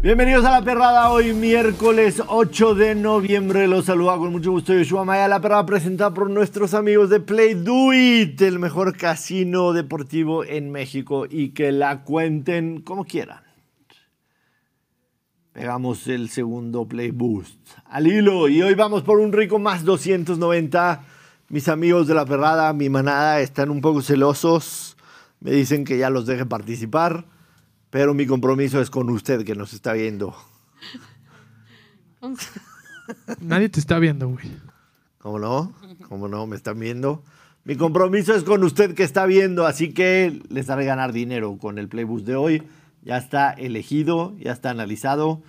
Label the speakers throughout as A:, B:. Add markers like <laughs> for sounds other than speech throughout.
A: Bienvenidos a La Perrada, hoy miércoles 8 de noviembre. Los saluda con mucho gusto Yoshua Maya. La Perrada presentada por nuestros amigos de Play Do It, el mejor casino deportivo en México. Y que la cuenten como quieran. Pegamos el segundo Play Boost al hilo. Y hoy vamos por un rico más 290. Mis amigos de La Perrada, mi manada, están un poco celosos. Me dicen que ya los deje participar. Pero mi compromiso es con usted que nos está viendo.
B: Nadie te está viendo, güey.
A: ¿Cómo no? ¿Cómo no? ¿Me están viendo? Mi compromiso es con usted que está viendo, así que les haré ganar dinero con el Playbus de hoy. Ya está elegido, ya está analizado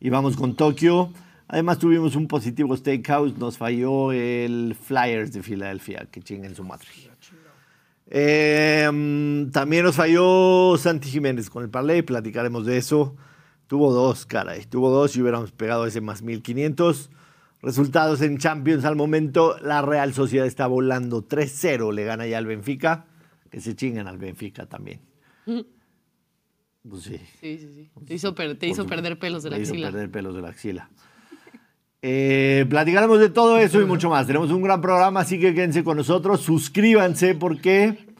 A: y vamos con Tokio. Además tuvimos un positivo Steakhouse, nos falló el Flyers de Filadelfia, que chinguen su madre. Eh, mm, también nos falló Santi Jiménez con el parlay, platicaremos de eso. Tuvo dos, caray, tuvo dos y hubiéramos pegado ese más 1500. Resultados en Champions al momento, la Real Sociedad está volando 3-0, le gana ya al Benfica, que se chingan al Benfica
C: <laughs>
A: también. Pues sí,
C: Sí, sí, sí. Te hizo, per-
A: Pues
C: te
A: Por
C: hizo
A: su-
C: perder pelos de la
A: me hizo
C: axila.
A: perder pelos de la axila. Eh, platicaremos de todo eso y mucho más. Tenemos un gran programa, así que quédense con nosotros. Suscríbanse porque
C: Pues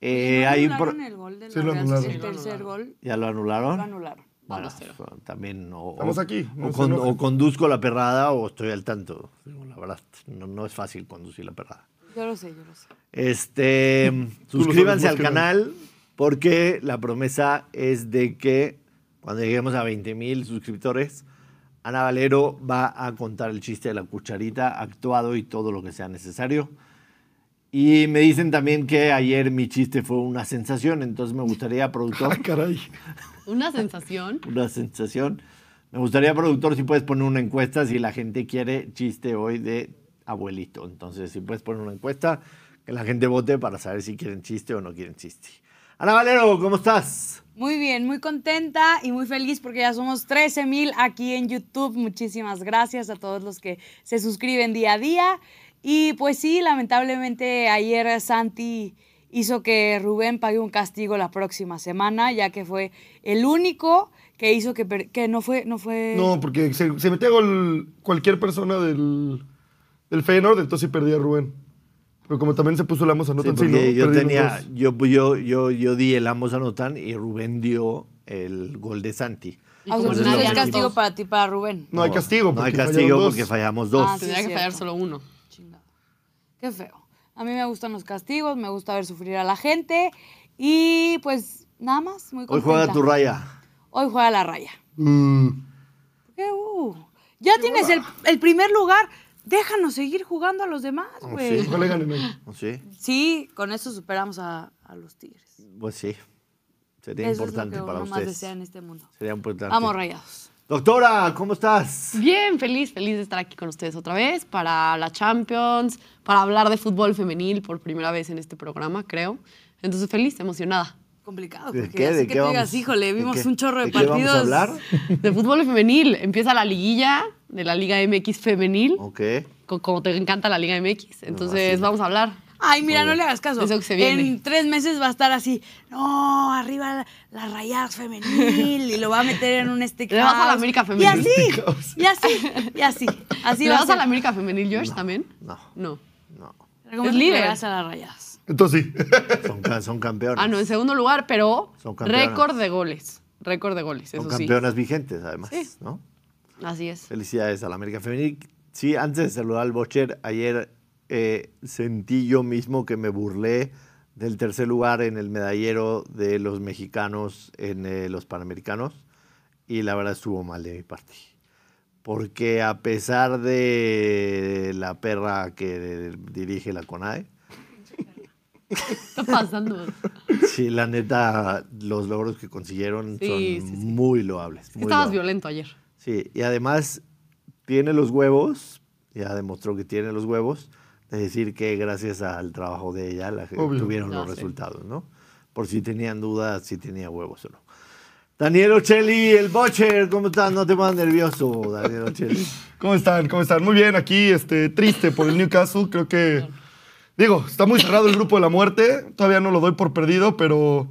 A: eh, hay... pro-
D: anularon el gol de
E: Sí,
D: la
E: lo
D: Real,
E: anularon.
D: El tercer gol
A: ¿Ya lo
D: lo
A: anularon?
D: anularon.
A: Bueno,
C: Vamos, cero.
A: pues, también o,
E: Estamos
A: o-
E: aquí, no
A: o,
E: se
A: con-
E: enojen.
A: o conduzco la perrada o estoy al tanto. Digo, La verdad, no, no es fácil conducir la perrada.
D: Yo lo sé, yo lo sé.
A: Este,
E: Tú lo sabes
A: suscríbanse
E: más
A: al
E: que nadie.
A: canal porque la promesa es de que cuando lleguemos a 20 mil suscriptores, Ana Valero va a contar el chiste de la cucharita, actuado y todo lo que sea necesario. Y me dicen también que ayer mi chiste fue una sensación, entonces me gustaría,
E: <laughs>
A: productor,
E: Ah, caray.
C: Una sensación.
A: una sensación. Me gustaría, productor, si puedes poner una encuesta, si la gente quiere chiste hoy de abuelito. Entonces, si puedes poner una encuesta, que la gente vote para saber si quieren chiste o no quieren chiste. Ana Valero, ¿cómo estás?
D: Muy bien, muy contenta y muy feliz porque ya somos 13 mil aquí en YouTube. Muchísimas gracias a todos los que se suscriben día a día. Y pues sí, lamentablemente ayer Santi hizo que Rubén pague un castigo la próxima semana, ya que fue el único que hizo que, per- que no fue... No, fue...
E: No, porque se, se metía gol cualquier persona del, del Feyenoord, entonces sí perdía Rubén. Pero como también se puso Lamos a
A: Sí,
E: nota en sí,
A: porque
E: ¿no?
A: yo
E: Perdí los
A: tenía,
E: dos.
A: yo, yo, yo, yo di el ambos anotan y Rubén dio el gol de Santi.
C: Y
D: Ah, o sea,
C: como
A: Entonces,
D: entonces
C: nadie
D: es
C: anotó,
D: castigo para ti, para Rubén.
E: No hay castigo.
A: No hay
E: porque
A: castigo
E: fallaron dos.
A: porque fallamos dos.
D: Ah, sí.
C: Tendría
D: es
C: que fallar
D: cierto.
C: solo uno.
D: Chingado. Qué feo. A mí me gustan los castigos, me gusta ver sufrir a la gente y pues nada más, muy
A: Hoy
D: contenta.
A: juega tu raya.
D: Hoy juega la raya.
E: Mm,
D: ¿Qué, uh? ya tienes el, el primer lugar. Déjanos seguir jugando a los demás,
A: Ah,
D: güey.
E: ojalá ganen ahí.
A: ¿Sí?
D: Sí, con eso superamos a, a los Tigres.
A: Pues sí. Sería
D: eso
A: importante
D: es lo que
A: para
D: uno más
A: ustedes.
D: desea en este mundo.
A: Sería importante.
D: Vamos, rayados.
A: Doctora, ¿cómo estás?
C: Bien, feliz, feliz de estar aquí con ustedes otra vez para la Champions, para hablar de fútbol femenil por primera vez en este programa, creo. Entonces, feliz, emocionada.
D: Complicado.
A: ¿De
D: Porque
A: qué?
D: así
A: ¿De
D: que
A: qué
D: tú
A: vamos?
D: digas, híjole,
A: ¿De
D: vimos
A: qué?
D: un chorro de,
A: ¿De qué
D: partidos.
A: vamos a
D: <laughs>
A: hablar?
C: De fútbol femenil, empieza la liguilla de la Liga MX femenil,
A: Ok.
C: co- como te encanta la Liga MX. Entonces, vamos a hablar.
D: Ay, mira, no le hagas caso.
C: Eso que se viene.
D: En tres meses va a estar así. No, arriba la- las rayadas femenil y lo va a meter en un stick.
C: Le vas a la
D: house.
C: América
D: Y
C: femenil. <laughs>
D: así, y así, y así. Así
C: ¿Le
D: va
C: vas a
D: ser.
C: la América femenil, George, también?
A: No,
C: No.
A: no.
D: Recomiendo
C: Es
D: que
C: líder.
D: le vas a las rayadas.
E: Entonces sí. <laughs>
A: Son, ca- son campeonas.
C: Ah, no, en segundo lugar, pero
A: Son campeonas.
C: récord de goles. Récord de goles,
A: Son
C: eso sí.
A: campeonas vigentes, además,
C: Sí.
A: ¿no?
C: Así es.
A: Felicidades a la América Femenil. Sí, antes de saludar al Bocher, ayer eh, sentí yo mismo que me burlé del tercer lugar en el medallero de los mexicanos en eh, los Panamericanos. Y la verdad estuvo mal de mi parte. Porque a pesar de la perra que dirige la
C: <laughs>
A: CONADE,
C: ¿Qué está pasando?
A: Sí, la neta, los logros que consiguieron
C: Sí,
A: son
C: sí, sí.
A: muy loables. muy
C: Estabas
A: loables.
C: violento ayer.
A: Sí, y además tiene los huevos, ya demostró que tiene los huevos, de decir que gracias al trabajo de ella la,
E: Obvio.
A: tuvieron
C: Ah,
A: los
C: sí.
A: resultados, ¿no? Por si tenían dudas, si tenía huevos o no. Daniel Ocelli, el Bocher, ¿cómo estás? No te pongas nervioso, Daniel Ocelli.
E: ¿Cómo están? ¿Cómo están? Muy bien, aquí este, triste por el Newcastle. Creo que. Digo, está muy cerrado el grupo de la muerte. Todavía no lo doy por perdido, pero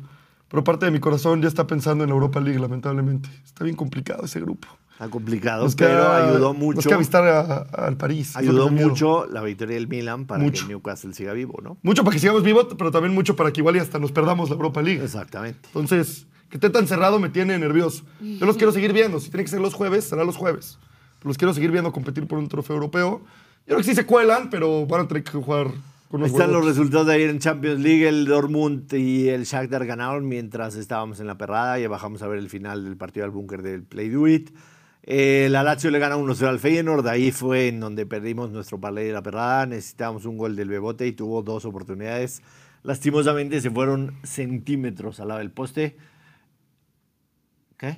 E: Pero parte de mi corazón ya está pensando en la Europa League, lamentablemente. Está bien complicado ese grupo.
A: Está complicado,
E: Nos
A: pero
E: queda-
A: ayudó
E: Nos
A: mucho.
E: queda avistar a- al París. Eso es lo que
A: Ayudó
E: me miedo.
A: mucho la victoria del Milan para que
E: Mucho.
A: el Newcastle siga vivo, ¿no?
E: Mucho para que sigamos vivos, pero también mucho para que igual y hasta nos perdamos la Europa League.
A: Exactamente.
E: Entonces, que esté tan cerrado me tiene nervioso. Yo los quiero seguir viendo. Si tiene que ser los jueves, será los jueves. Pero los quiero seguir viendo competir por un trofeo europeo. Yo creo que sí se cuelan, pero van a tener que jugar con
A: Ahí
E: los
A: Están los resultados de ayer en Champions League. El Dortmund y el Shakhtar ganaron mientras estábamos en la perrada. Ya bajamos a ver el final del partido al búnker del Play Do It. Eh, la Lazio le gana 1-0 al Feyenoord. Ahí fue en donde perdimos nuestro parlay de la perrada. Necesitábamos un gol del Bebote y tuvo dos oportunidades. Lastimosamente se fueron centímetros al lado del poste. ¿Qué?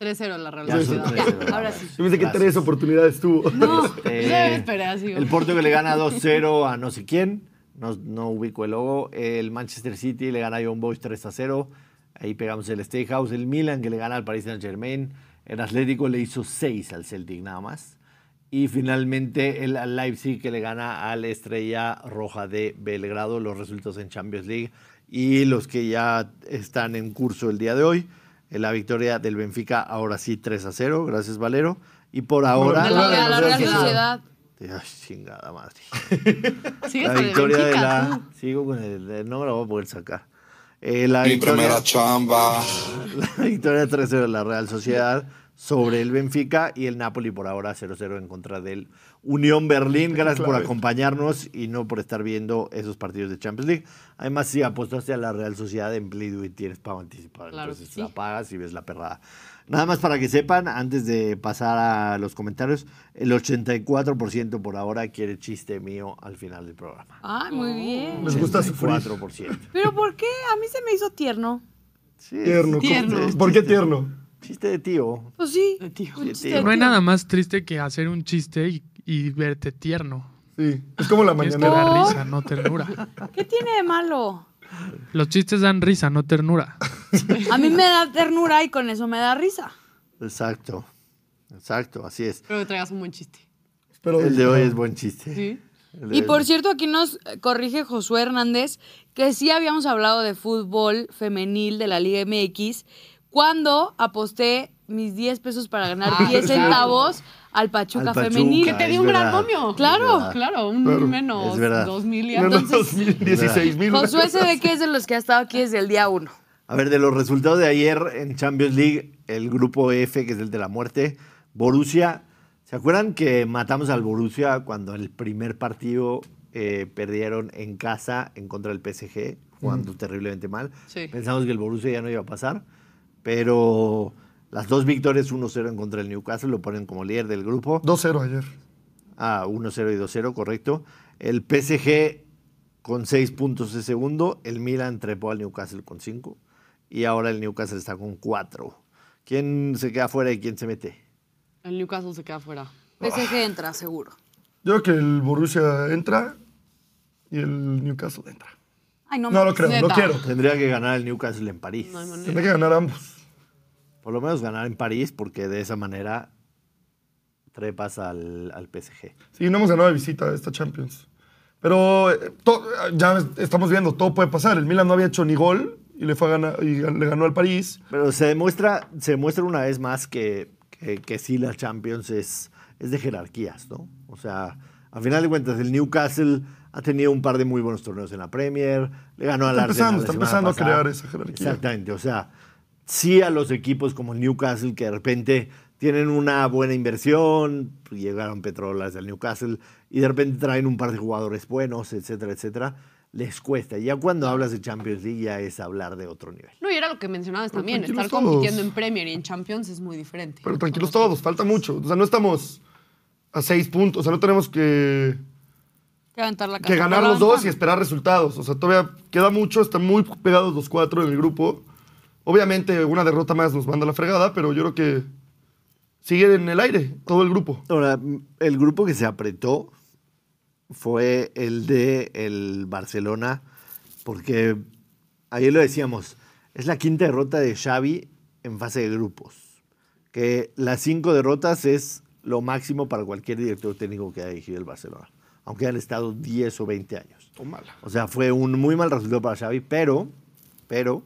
C: 3-0 la Real
A: Ya,
C: Sociedad.
A: sí,
C: Ya,
A: 3-0.
C: ahora sí.
E: Yo pensé que
A: Gracias.
E: tres oportunidades tuvo.
C: No,
A: Este,
C: yo <laughs> ya me esperé así.
A: El Porto que le gana 2-0 a no sé quién, no, no ubico el logo. El Manchester City le gana a John Boys 3-0, ahí pegamos el Steakhouse. El Milan que le gana al Paris Saint Germain. El Atlético le hizo 6 al Celtic nada más. Y finalmente el Leipzig que le gana a la Estrella Roja de Belgrado. Los resultados en Champions League y los que ya están en curso el día de hoy. Eh, La victoria del Benfica ahora sí 3 a 0. Gracias, Valero. Y por ahora.
C: De la, de la Real Sociedad.
E: Sociedad.
A: <laughs> Ay, chingada
C: <laughs>
A: madre.
C: Sigues
A: La
C: con el
A: victoria de
C: Benfica,
A: la.
C: tú.
A: Sigo con el. el- No me la voy a poder sacar. Eh, la,
F: Mi
A: victoria, <laughs>
F: primera chamba.
A: la victoria 3-0 de la Real Sociedad sobre el Benfica y el Napoli por ahora 0-0 en contra del Unión Berlín. Gracias por
E: Clave.
A: acompañarnos y no por estar viendo esos partidos de Champions League. Además, si apostaste a la Real Sociedad en Play Do It, tienes pago anticipado.
C: Claro
A: Entonces
C: que sí.
A: la pagas y ves la perrada. Nada más para que sepan, antes de pasar a los comentarios, el 84% por ahora quiere chiste mío al final del programa.
D: Ay,
C: Oh.
D: muy bien.
E: Les gusta sufrir.
A: 4%.
D: Pero ¿por qué? A mí se me hizo tierno.
A: Sí,
E: <laughs> <laughs> Tierno.
C: Tierno.
E: ¿cómo? ¿Por qué tierno?
A: Chiste de tío.
D: Pues sí.
C: De tío.
D: un
A: De
D: chiste
A: tío.
D: de
B: No hay
D: tío.
B: nada más triste que hacer un chiste y, y verte tierno.
E: Sí. Es como la
B: Es que
E: mañanera.
B: da
D: No.
B: risa, no ternura.
D: ¿Qué tiene de malo?
B: Los chistes dan risa, no ternura.
D: A mí me da ternura y con eso me da risa.
A: Exacto. Exacto, así es.
C: Espero que traigas un buen chiste.
E: Pero
A: El de hoy es buen chiste.
C: ¿Sí?
A: El de
D: Y
A: hoy
D: por
A: es-
D: cierto, aquí nos eh, corrige Josué Hernández que sí habíamos hablado de fútbol femenil de la Liga MX cuando aposté mis 10 pesos para ganar
C: Ah,
D: 10
C: claro.
D: centavos al Pachuca,
A: Al Pachuca,
D: femenil.
C: Que te
A: es
C: di un gran
A: verdad,
C: momio.
A: es
D: Claro,
A: verdad.
C: Claro, un
E: Claro,
C: menos
A: es verdad.
C: dos mil y
E: Menos
C: entonces.
E: 2016 mil. <laughs>
D: Josué se ve que es de los que ha estado aquí desde el día 1.
A: A ver, de los resultados de ayer en Champions League, el grupo F, que es el de la muerte, Borussia. ¿Se acuerdan que matamos al Borussia cuando el primer partido eh, perdieron en casa en contra del PSG, jugando terriblemente mal?
C: Sí.
A: Pensamos que el Borussia ya no iba a pasar, pero las dos victorias 1-0 en contra del Newcastle lo ponen como líder del grupo.
E: 2-0 ayer.
A: Ah, 1-0 y 2-0, correcto. El PSG con 6 puntos de segundo, el Milan trepó al Newcastle con 5 y ahora el Newcastle está con 4. ¿Quién se queda afuera y quién se mete?
C: El Newcastle se queda fuera.
D: PSG entra, seguro.
E: Yo creo que el Borussia entra y el Newcastle entra.
D: Ay, no,
E: No
D: me-
E: lo creo, lo
C: Neta.
E: quiero.
A: Tendría que ganar el Newcastle en París.
C: No hay manera.
E: Tendré que ganar ambos.
A: Por lo menos ganar en París porque de esa manera trepas al, al PSG.
E: Sí, no hemos ganado de visita esta Champions. Pero eh, to- ya estamos viendo, todo puede pasar. El Milan no había hecho ni gol y le, fue a ganar, y gan- le ganó al París.
A: Pero se demuestra, se demuestra una vez más que, que, que sí, la Champions es, es de jerarquías, ¿no? O sea, a final de cuentas, el Newcastle ha tenido un par de muy buenos torneos en la Premier, le ganó al
E: Está
A: Arsenal.
E: empezando,
A: la
E: está
A: semana
E: empezando a
A: pasada.
E: crear esa jerarquía.
A: Exactamente, o sea, sí a los equipos como el Newcastle que de repente tienen una buena inversión, pues, llegaron petrolas del Newcastle y de repente traen un par de jugadores buenos, etcétera, etcétera, les cuesta. Ya cuando hablas de Champions League ya es hablar de otro nivel.
C: No, y era lo que mencionabas
E: Pero
C: también.
E: tranquilos
C: Estar compitiendo
E: todos.
C: en Premier y en Champions es muy diferente.
E: Pero tranquilos todos, falta mucho. O sea, no estamos a seis puntos. O sea, no tenemos que,
D: que aventar la
E: que
D: casa
E: ganar
D: por la
E: los dos y
D: ventana.
E: esperar resultados. O sea, todavía queda mucho, están muy pegados los cuatro en el grupo. Obviamente, una derrota más nos manda a la fregada, pero yo creo que sigue en el aire todo el grupo.
A: Ahora, m- el grupo que se apretó fue el de el Barcelona, porque ayer lo decíamos, es la quinta derrota de Xavi en fase de grupos, que las cinco derrotas es lo máximo para cualquier director técnico que haya dirigido el Barcelona, aunque hayan estado 10 o 20 años.
E: Tómala.
A: O sea, fue un muy mal resultado para Xavi, pero, pero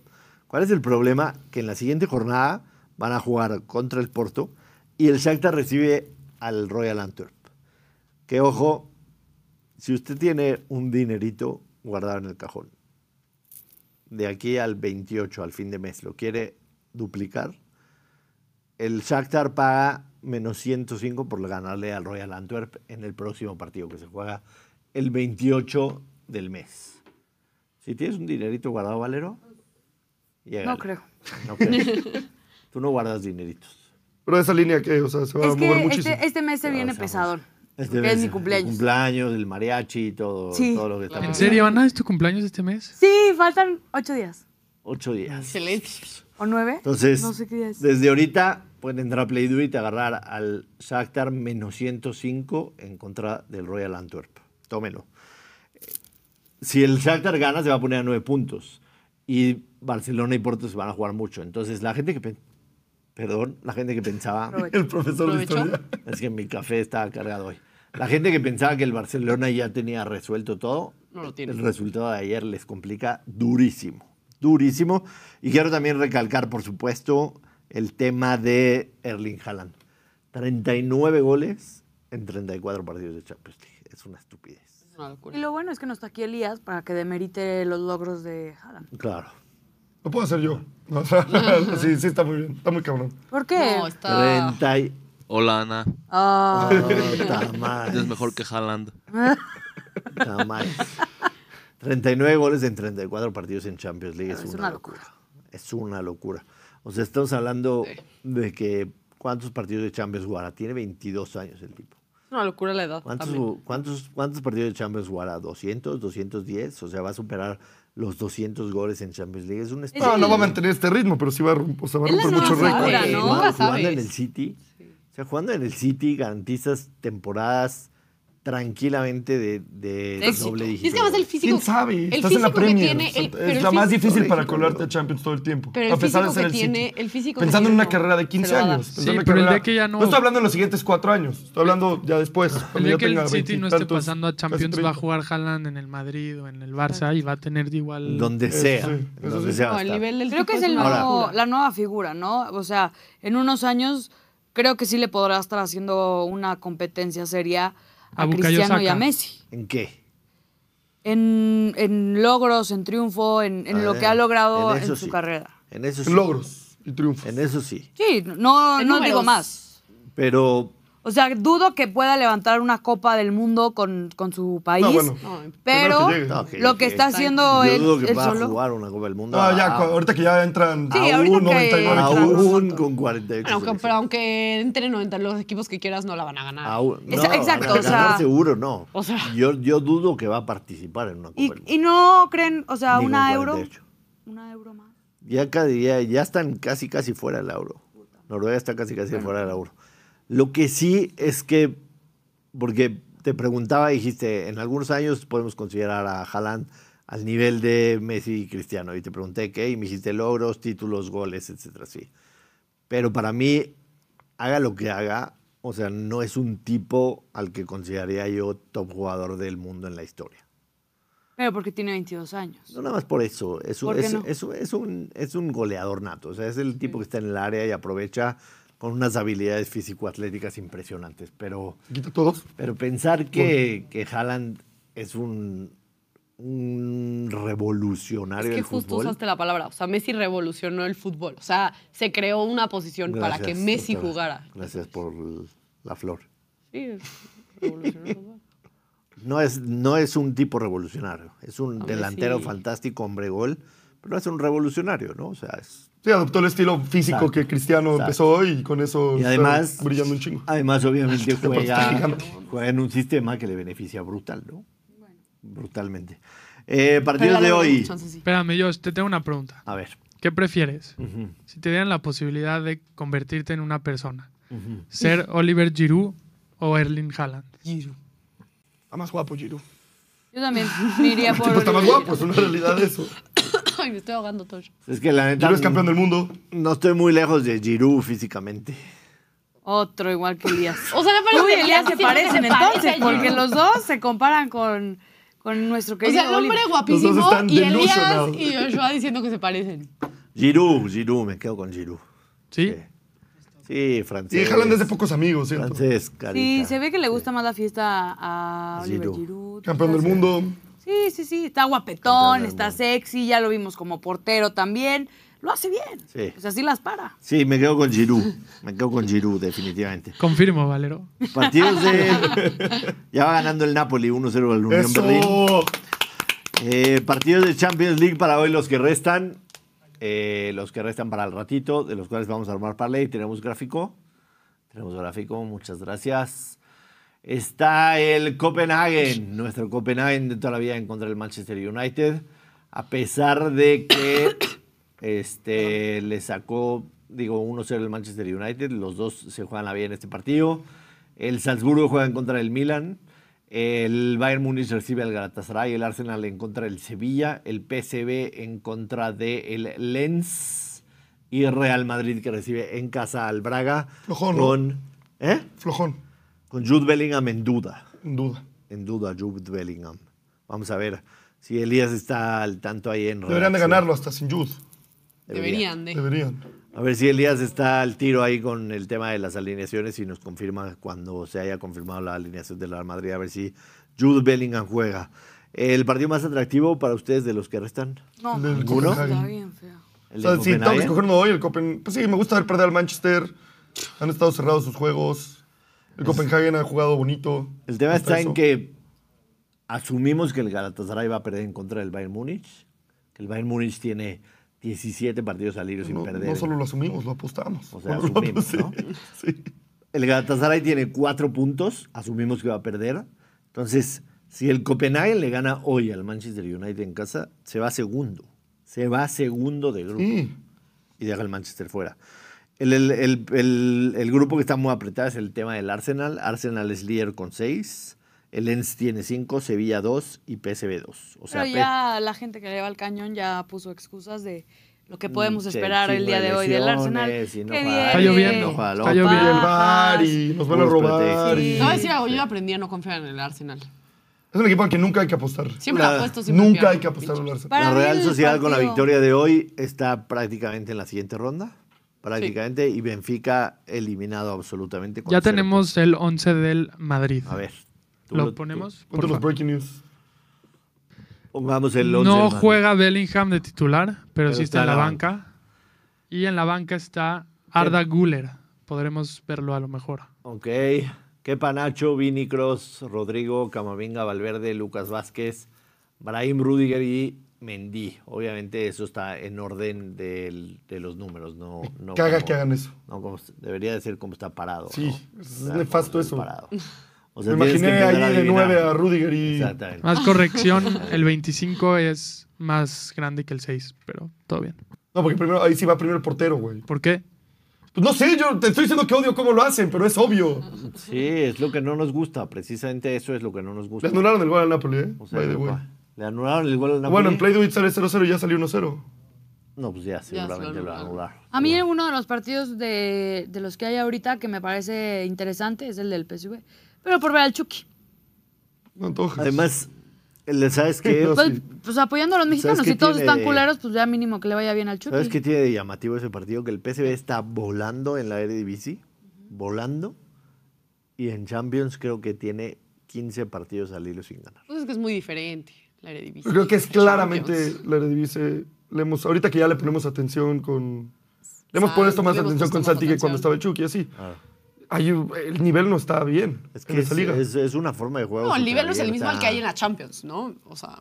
A: ¿Cuál es el problema? Que en la siguiente jornada van a jugar contra el Porto y el Shakhtar recibe al Royal Antwerp. Que ojo, si usted tiene un dinerito guardado en el cajón, de aquí al 28, al fin de mes, lo quiere duplicar, el Shakhtar paga menos 105 por ganarle al Royal Antwerp en el próximo partido que se juega el 28 del mes. Si tienes un dinerito guardado, Valero, llégale.
D: No creo.
A: No
D: <laughs>
A: creo. Tú no guardas dineritos.
E: Pero esa línea que, o sea, se va a
D: Es
E: mover
D: que
E: muchísimo.
D: este, este mes se viene pesadón.
A: Este
D: porque
A: mes
D: es mi
A: el
D: cumpleaños.
A: cumpleaños, el mariachi y todo,
D: Sí.
A: todo lo que está
B: ¿En
A: pasando.
B: serio, Ana? ¿Es tu cumpleaños este mes?
D: Sí, faltan ocho días.
A: Ocho días.
C: Excelente.
D: ¿O nueve?
A: Entonces,
D: No sé qué día es.
A: desde ahorita pueden entrar a PlayDo y te agarrar al Shakhtar menos 105 en contra del Royal Antwerp. Tómelo. Si el Shakhtar gana, se va a poner a nueve puntos. Y Barcelona y Porto se van a jugar mucho. Entonces, la gente que... pe- Perdón, la gente que pensaba...
D: Aprovecho.
E: El profesor de
C: ¿Aprovechó?
E: historia.
A: Es que mi café estaba cargado hoy. La gente que pensaba que el Barcelona ya tenía resuelto todo,
C: No lo tiene.
A: el resultado de ayer les complica durísimo, durísimo. Y quiero también recalcar, por supuesto, el tema de Erling Haaland. 39 goles en 34 partidos de Champions League. Es una estupidez.
C: Es una locura.
D: Y lo bueno es que no está aquí Elías para que demerite los logros de Haaland.
A: Claro.
E: Lo puedo hacer yo. <laughs> O sea, sí, sí, está muy bien. Está muy cabrón.
D: ¿Por qué?
C: No, está.
A: 30 y...
F: Hola, Ana.
D: Ah,
C: <laughs>
A: Puta madre.
F: Eres mejor que Haaland.
A: Puta madre. 39 goles en 34 partidos en Champions League. Es,
D: Es
A: una,
D: una
A: locura. Es una locura. O sea, estamos hablando de que cuántos partidos de Champions jugará. Tiene 22 años el tipo.
C: Es una locura la edad.
A: ¿Cuántos,
C: también.
A: cuántos, cuántos partidos de Champions jugará? ¿200? ¿210? O sea, va a superar los 200 goles en Champions League. Es un
E: No,
A: estado-
E: no va a mantener este ritmo, pero sí va a, rom- o sea, va a
D: Es la
E: romper
D: nueva
E: muchos
D: figura,
E: récords.
D: ¿no?
A: Jugando-
C: Nunca
A: jugando
C: sabes.
A: en el City. O sea, jugando en el City garantizas temporadas tranquilamente de, de
C: De éxito.
A: doble
C: Y
A: dígito.
C: es que además el físico.
E: ¿Quién sabe?
C: El
E: Estás
C: físico
E: en la Premier.
C: que tiene.
E: o sea,
C: el- pero
E: es
C: el
E: la más
C: físico-
E: difícil para colarte a Champions todo el tiempo.
C: Pero el
E: a pesar de
C: físico
E: ser
C: que
E: el City.
C: tiene- el físico que
E: Pensando en
C: tiene
E: una
C: no-
E: carrera de 15
C: se lo va a
E: años.
C: dar.
E: pensando en
B: Sí, pero
E: una
B: el
E: carrera-
B: día que ya no-
E: estoy hablando en los siguientes cuatro años. Estoy hablando ya después.
B: El
E: cuando
B: día
E: ya
B: que el
E: tenga
B: City no esté
E: veintitantos,
B: pasando a
E: casi
B: Champions, va a
E: treinta.
B: jugar Haaland en el Madrid o en el Barça y va a tener igual...
A: Donde
E: Mm, Eso
A: sea.
E: sí,
A: en
E: eso
A: donde
E: sí.
A: sea va
C: pues, No,
A: a estar.
C: el nivel del
D: creo que
C: tipo
D: es el
A: Ahora-
D: nuevo-
C: locura.
D: la nueva figura, ¿no? O sea, en unos años creo que sí le podrá estar haciendo una competencia seria
B: A
D: a,
B: Bukayo
D: Cristiano y a
B: Saka.
D: Messi.
A: ¿En qué?
D: En, en logros, en triunfo, en, en lo
A: Ah,
D: que ha logrado
A: en
D: en,
A: eso
D: su
A: sí.
D: carrera.
A: En eso sí.
E: En logros y triunfos.
A: En eso sí.
D: Sí, no,
C: En
D: no digo
C: números.
D: más.
A: Pero
D: O sea, dudo que pueda levantar una Copa del Mundo con, con su país.
E: Ah, bueno.
C: No,
D: Pero
E: Primero que llegue.
A: No, que-
D: lo que
A: que-
D: está
A: yo
D: haciendo él,
A: dudo que
D: él
A: va a
D: solo.
A: jugar una Copa del Mundo.
E: Ah, ya,
A: a-
E: cu- ahorita que ya entran
D: Sí,
E: a
D: ahorita
E: un
D: que-
E: 99.
D: Ah,
E: chavos.
D: un
A: Aún
D: montón.
A: con 48.
C: Bueno, aunque, pero
A: selecciones.
C: aunque entren 90 los equipos que quieras, no la van a ganar.
A: Aún-
D: Esa-
A: no,
D: exacto,
A: ganar
D: o sea-
A: seguro no.
C: O sea-
A: yo, yo dudo que va a participar en una Copa
D: Y,
A: del Mundo.
D: y no creen, o sea,
A: Ni con
D: una euro.
A: 48.
D: Una euro más.
A: Ya, cada día- ya están casi, casi fuera del euro. Noruega está casi, casi fuera del euro. Lo que sí es que, porque te preguntaba, dijiste, en algunos años podemos considerar a Haaland al nivel de Messi y Cristiano. Y te pregunté qué, y me dijiste logros, títulos, goles, etcétera, sí. Pero para mí, haga lo que haga, o sea, no es un tipo al que consideraría yo top jugador del mundo en la historia.
D: Pero porque tiene 22 años.
A: No nada más por eso, es un,
D: ¿Por qué
A: es,
D: no?
A: es un- es un, es un goleador nato, o sea, es el tipo que está en el área y aprovecha con unas habilidades físico-atléticas impresionantes, pero,
E: Quita todos.
A: pero pensar que, que Haaland es un, un
C: Es
A: revolucionario
C: que
A: del
C: justo
A: fútbol,
C: usaste la palabra. O sea, Messi revolucionó el fútbol. O sea, se creó una posición para
A: Gracias,
C: que Messi
A: doctora.
C: jugara.
A: Gracias por la flor.
C: Sí, revolucionó el fútbol.
A: No es, no es un tipo revolucionario, es un
C: Hombre,
A: delantero
C: sí.
A: fantástico, hombre gol, pero es un revolucionario, ¿no? O sea, es,
E: Sí, adoptó el estilo físico
A: Exacto.
E: que Cristiano
A: Exacto.
E: empezó y con eso
A: Y
E: está
A: además,
E: brillando un
D: Ah,
E: chingo.
A: además
E: <laughs>
A: obviamente
E: está
A: juega,
E: gigante.
A: juega en un sistema que le beneficia brutal, ¿no? Brutalmente. Eh,
C: Pero
A: partidos
C: la
A: de
C: verdad,
A: hoy.
C: chance sí.
B: Espérame, Josh, te tengo una pregunta.
A: A ver.
B: ¿Qué prefieres? Si te dieran la posibilidad de convertirte en una persona, ¿ser Oliver Giroud o Erling Haaland?
E: Está más guapo, Giroud.
D: Yo también me iría por.
E: Tipo, pues está más
D: Oliver.
E: guapo, es una
D: <laughs>
E: realidad eso.
C: <laughs> Ay, me estoy ahogando todo.
A: Es que la neta
E: Giroud es campeón del mundo.
A: no estoy muy lejos de Giroud físicamente.
D: Otro igual que Elías.
C: O sea, le parece
D: <laughs> Tú y Elías
C: siento
D: se
C: que
D: parecen
C: se
D: entonces,
C: parece a
D: porque
C: Giroud.
D: los dos se comparan con, con nuestro
C: O
D: querido.
C: sea, el hombre
D: Oliver.
C: guapísimo
E: Los dos están
C: y Elías
E: delusionados.
C: y Joshua diciendo que se parecen.
A: Giroud, Giroud, me quedo con Giroud.
B: ¿Sí?
A: Sí, francés.
E: Y Haaland es de pocos amigos, ¿cierto?
A: Francés, carita.
D: Sí, se ve que le gusta más la fiesta a
A: A
D: Oliver
A: Giroud.
D: Giroud.
E: Campeón del mundo.
D: Sí, sí, sí. Está
A: Campeón
D: guapetón,
A: del
D: está
A: mundo.
D: sexy, ya lo vimos como portero también. Lo hace bien.
A: Sí.
D: Pues así las para.
A: Sí, me quedo con Giroud. Me quedo con Giroud, definitivamente.
B: Confirmo, Valero.
A: Partidos
E: <laughs>
A: de... Ya va ganando el Napoli 1-0 al Unión Berlín.
E: Eso.
A: Eh, partidos de Champions League para hoy, los que restan. eh, los que restan para el ratito, de los cuales vamos a armar parlay. Tenemos gráfico. Tenemos gráfico, muchas gracias. Está el Copenhagen, nuestro Copenhagen de toda la vida en contra del Manchester United. A pesar de
E: <coughs>
A: que este, le sacó, digo, 1-0 el Manchester United, los dos se juegan la vida en este partido. El Salzburgo juega en contra del Milan. El Bayern Múnich recibe al Galatasaray, el Arsenal en contra del Sevilla, el PSV en contra del Lens y Real Madrid que recibe en casa al Braga
E: Ojo, ¿no?
A: con, ¿eh?
E: Flojón,
A: con Jude Bellingham en duda.
E: sin duda.
A: En duda, Jude Bellingham. Vamos a ver si Elías está al tanto ahí en
E: Deberían de
A: redacción.
E: ganarlo hasta sin Jude.
A: Debería.
C: Deberían de.
E: Deberían.
A: A ver si Elías está al tiro ahí con el tema de las alineaciones y nos confirma cuando se haya confirmado la alineación del Real Madrid, a ver si Jude Bellingham juega. ¿El partido más atractivo para ustedes de los que restan?
D: No,
E: Del
D: manches,
A: ¿Ninguno?
D: Está
E: Copenhagen.
D: bien feo.
A: ¿El
E: O sea,
A: de
E: si tengo que
A: Copenhague?
E: escoger uno hoy, el Copenhague. Pues sí, me gusta ver perder al Manchester. Han estado cerrados sus juegos. El Copenhagen ha jugado bonito.
A: El tema
E: Me
A: está en
E: gusta
A: que asumimos que el Galatasaray va a perder en contra del Bayern Múnich, que el Bayern Múnich tiene 17 partidos al hilo
E: eso.
A: sin
E: No,
A: perder.
E: no solo lo asumimos, lo apostamos.
A: O sea,
E: Lo
A: asumimos,
E: <laughs> sí,
A: ¿no?
E: sí.
A: El Galatasaray tiene cuatro puntos, asumimos que va a perder. Entonces, si el Copenhague le gana hoy al Manchester United en casa, se va segundo. Se va segundo de grupo
E: Sí.
A: y deja el Manchester fuera. El, el- el- el- el grupo que está muy apretado es el tema del Arsenal. Arsenal es líder con seis. El Lens tiene cinco, Sevilla dos y PSV dos. O sea,
D: Pero
A: P-
D: ya la gente que le va al cañón ya puso excusas de lo que podemos
A: Mm, sí,
D: esperar el
A: chingo
D: día
A: de
D: de hoy del Arsenal.
A: lesiones y no
D: Que
A: juega-
B: Está
D: viene
B: lloviendo,
A: no juega
B: está
A: Lopez.
E: Y
B: lloviendo.
E: el bar y nos van a
A: Puros
E: robar.
A: pretextos.
E: y-
C: No, es que yo aprendí a no confiar en el Arsenal.
E: Es un equipo al que nunca hay que apostar.
C: Siempre
A: Nah,
C: la apuesto, siempre
E: Nunca
C: pierdo.
E: hay que apostar al Arsenal.
D: Para
A: la
D: mí
A: Real
D: el
A: Sociedad con la
D: partido-
A: victoria de hoy está prácticamente en la siguiente ronda. Prácticamente. Y Benfica eliminado absolutamente. con
B: Ya
A: cero
B: tenemos el 11 del Madrid.
A: puntos. A ver. tú
B: ¿Lo
A: tú-
B: ponemos?
E: Ponte
B: Por
E: los
B: favor.
E: breaking news.
A: Pongamos el 11.
B: No juega Bellingham de titular, pero, sí está en la banca.
A: banca.
B: Y en la banca está Arda Güler. Podremos verlo a lo mejor.
A: Ok. Kepa Nacho, Vini Cross, Rodrigo, Camavinga, Valverde, Lucas Vázquez, Brahim Rudiger y Mendy. Obviamente eso está en orden del- de los números. No, no
E: Caga
A: como-
E: que hagan eso.
A: No, como, debería de ser como está parado.
E: Sí,
A: ¿no?
E: es
A: O sea,
E: nefasto
A: como está
E: eso.
A: parado. O sea,
E: Me
A: tienes que
E: imaginé
A: empezar a
E: ahí de
A: adivinar.
E: 9 a Rudiger y.
A: Exactamente.
B: Más corrección, el 25 es más grande que el 6, pero todo bien.
E: No, porque primero, ahí sí va primero el portero, güey.
B: ¿Por qué?
E: Pues no sé, yo te estoy diciendo que odio cómo lo hacen, pero es obvio.
A: Sí, es lo que no nos gusta. Precisamente eso es lo que no nos
E: Le
A: gusta.
E: anularon el gol al Napoli, ¿eh?
A: O sea,
E: By the way.
A: papá, le anularon el gol al Napoli.
E: Bueno, en Play Do It sale 0-0 y ya salió 1-0.
A: No, pues ya,
C: se Ah, lo
A: seguramente lo
C: anularon.
A: anularon.
D: A mí uno de los partidos de, de los que hay ahorita que me parece interesante es el del PSV. Pero por ver al Chucky.
E: No antojes.
A: Además, el- ¿sabes
C: <laughs>
A: qué?
E: No,
D: Pues,
E: sí.
D: pues apoyando a los mexicanos,
A: qué
D: si todos
A: tiene
D: están
A: de-
D: culeros, pues ya mínimo que le vaya bien al Chucky.
A: ¿Sabes qué tiene de llamativo ese partido? Que el PSV está volando en la Eredivisie, volando, y en Champions creo que tiene 15 partidos al hilo sin ganar.
C: Pues es que es muy diferente la Eredivisie.
E: Yo creo que es claramente
C: Champions.
E: la Eredivisie. Le hemos, ahorita que ya le ponemos atención con... Le hemos
C: Santi,
E: puesto más
C: le hemos
E: atención
C: puesto
E: con
C: más
E: Santi que
C: atención.
E: cuando estaba el Chucky, así. Ahí, el nivel no está bien
A: Ah. Es
E: en
A: que es,
E: esta liga.
A: es- es una forma de juego.
C: No, el
A: superabierta.
C: nivel no es el mismo al que hay en la Champions, ¿no? O sea,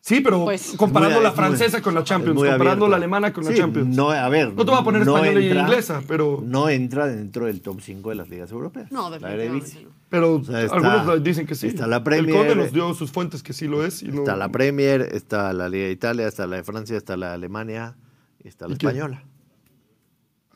E: Sí, pero
C: Pues-
E: comparando
A: Muy-
E: la
A: es muy-
E: francesa con la
A: es
E: Champions,
A: muy
E: comparando
A: abierta.
E: la alemana con la
A: Sí,
E: Champions.
A: No, a ver.
E: No te voy a poner española y inglesa, pero-
A: No entra dentro del top 5 de las ligas europeas.
C: no,
A: la
C: definitivamente
A: Eredivisie.
C: no.
E: Pero
A: sea, está-
E: algunos dicen que sí.
A: está la
E: El Conde
A: Premier.
E: nos dio sus fuentes que sí lo es. Y no,
A: Está la Premier, está la Liga de Italia, está la de Francia, está la de Alemania, y está la
E: ¿Y qué?
A: española.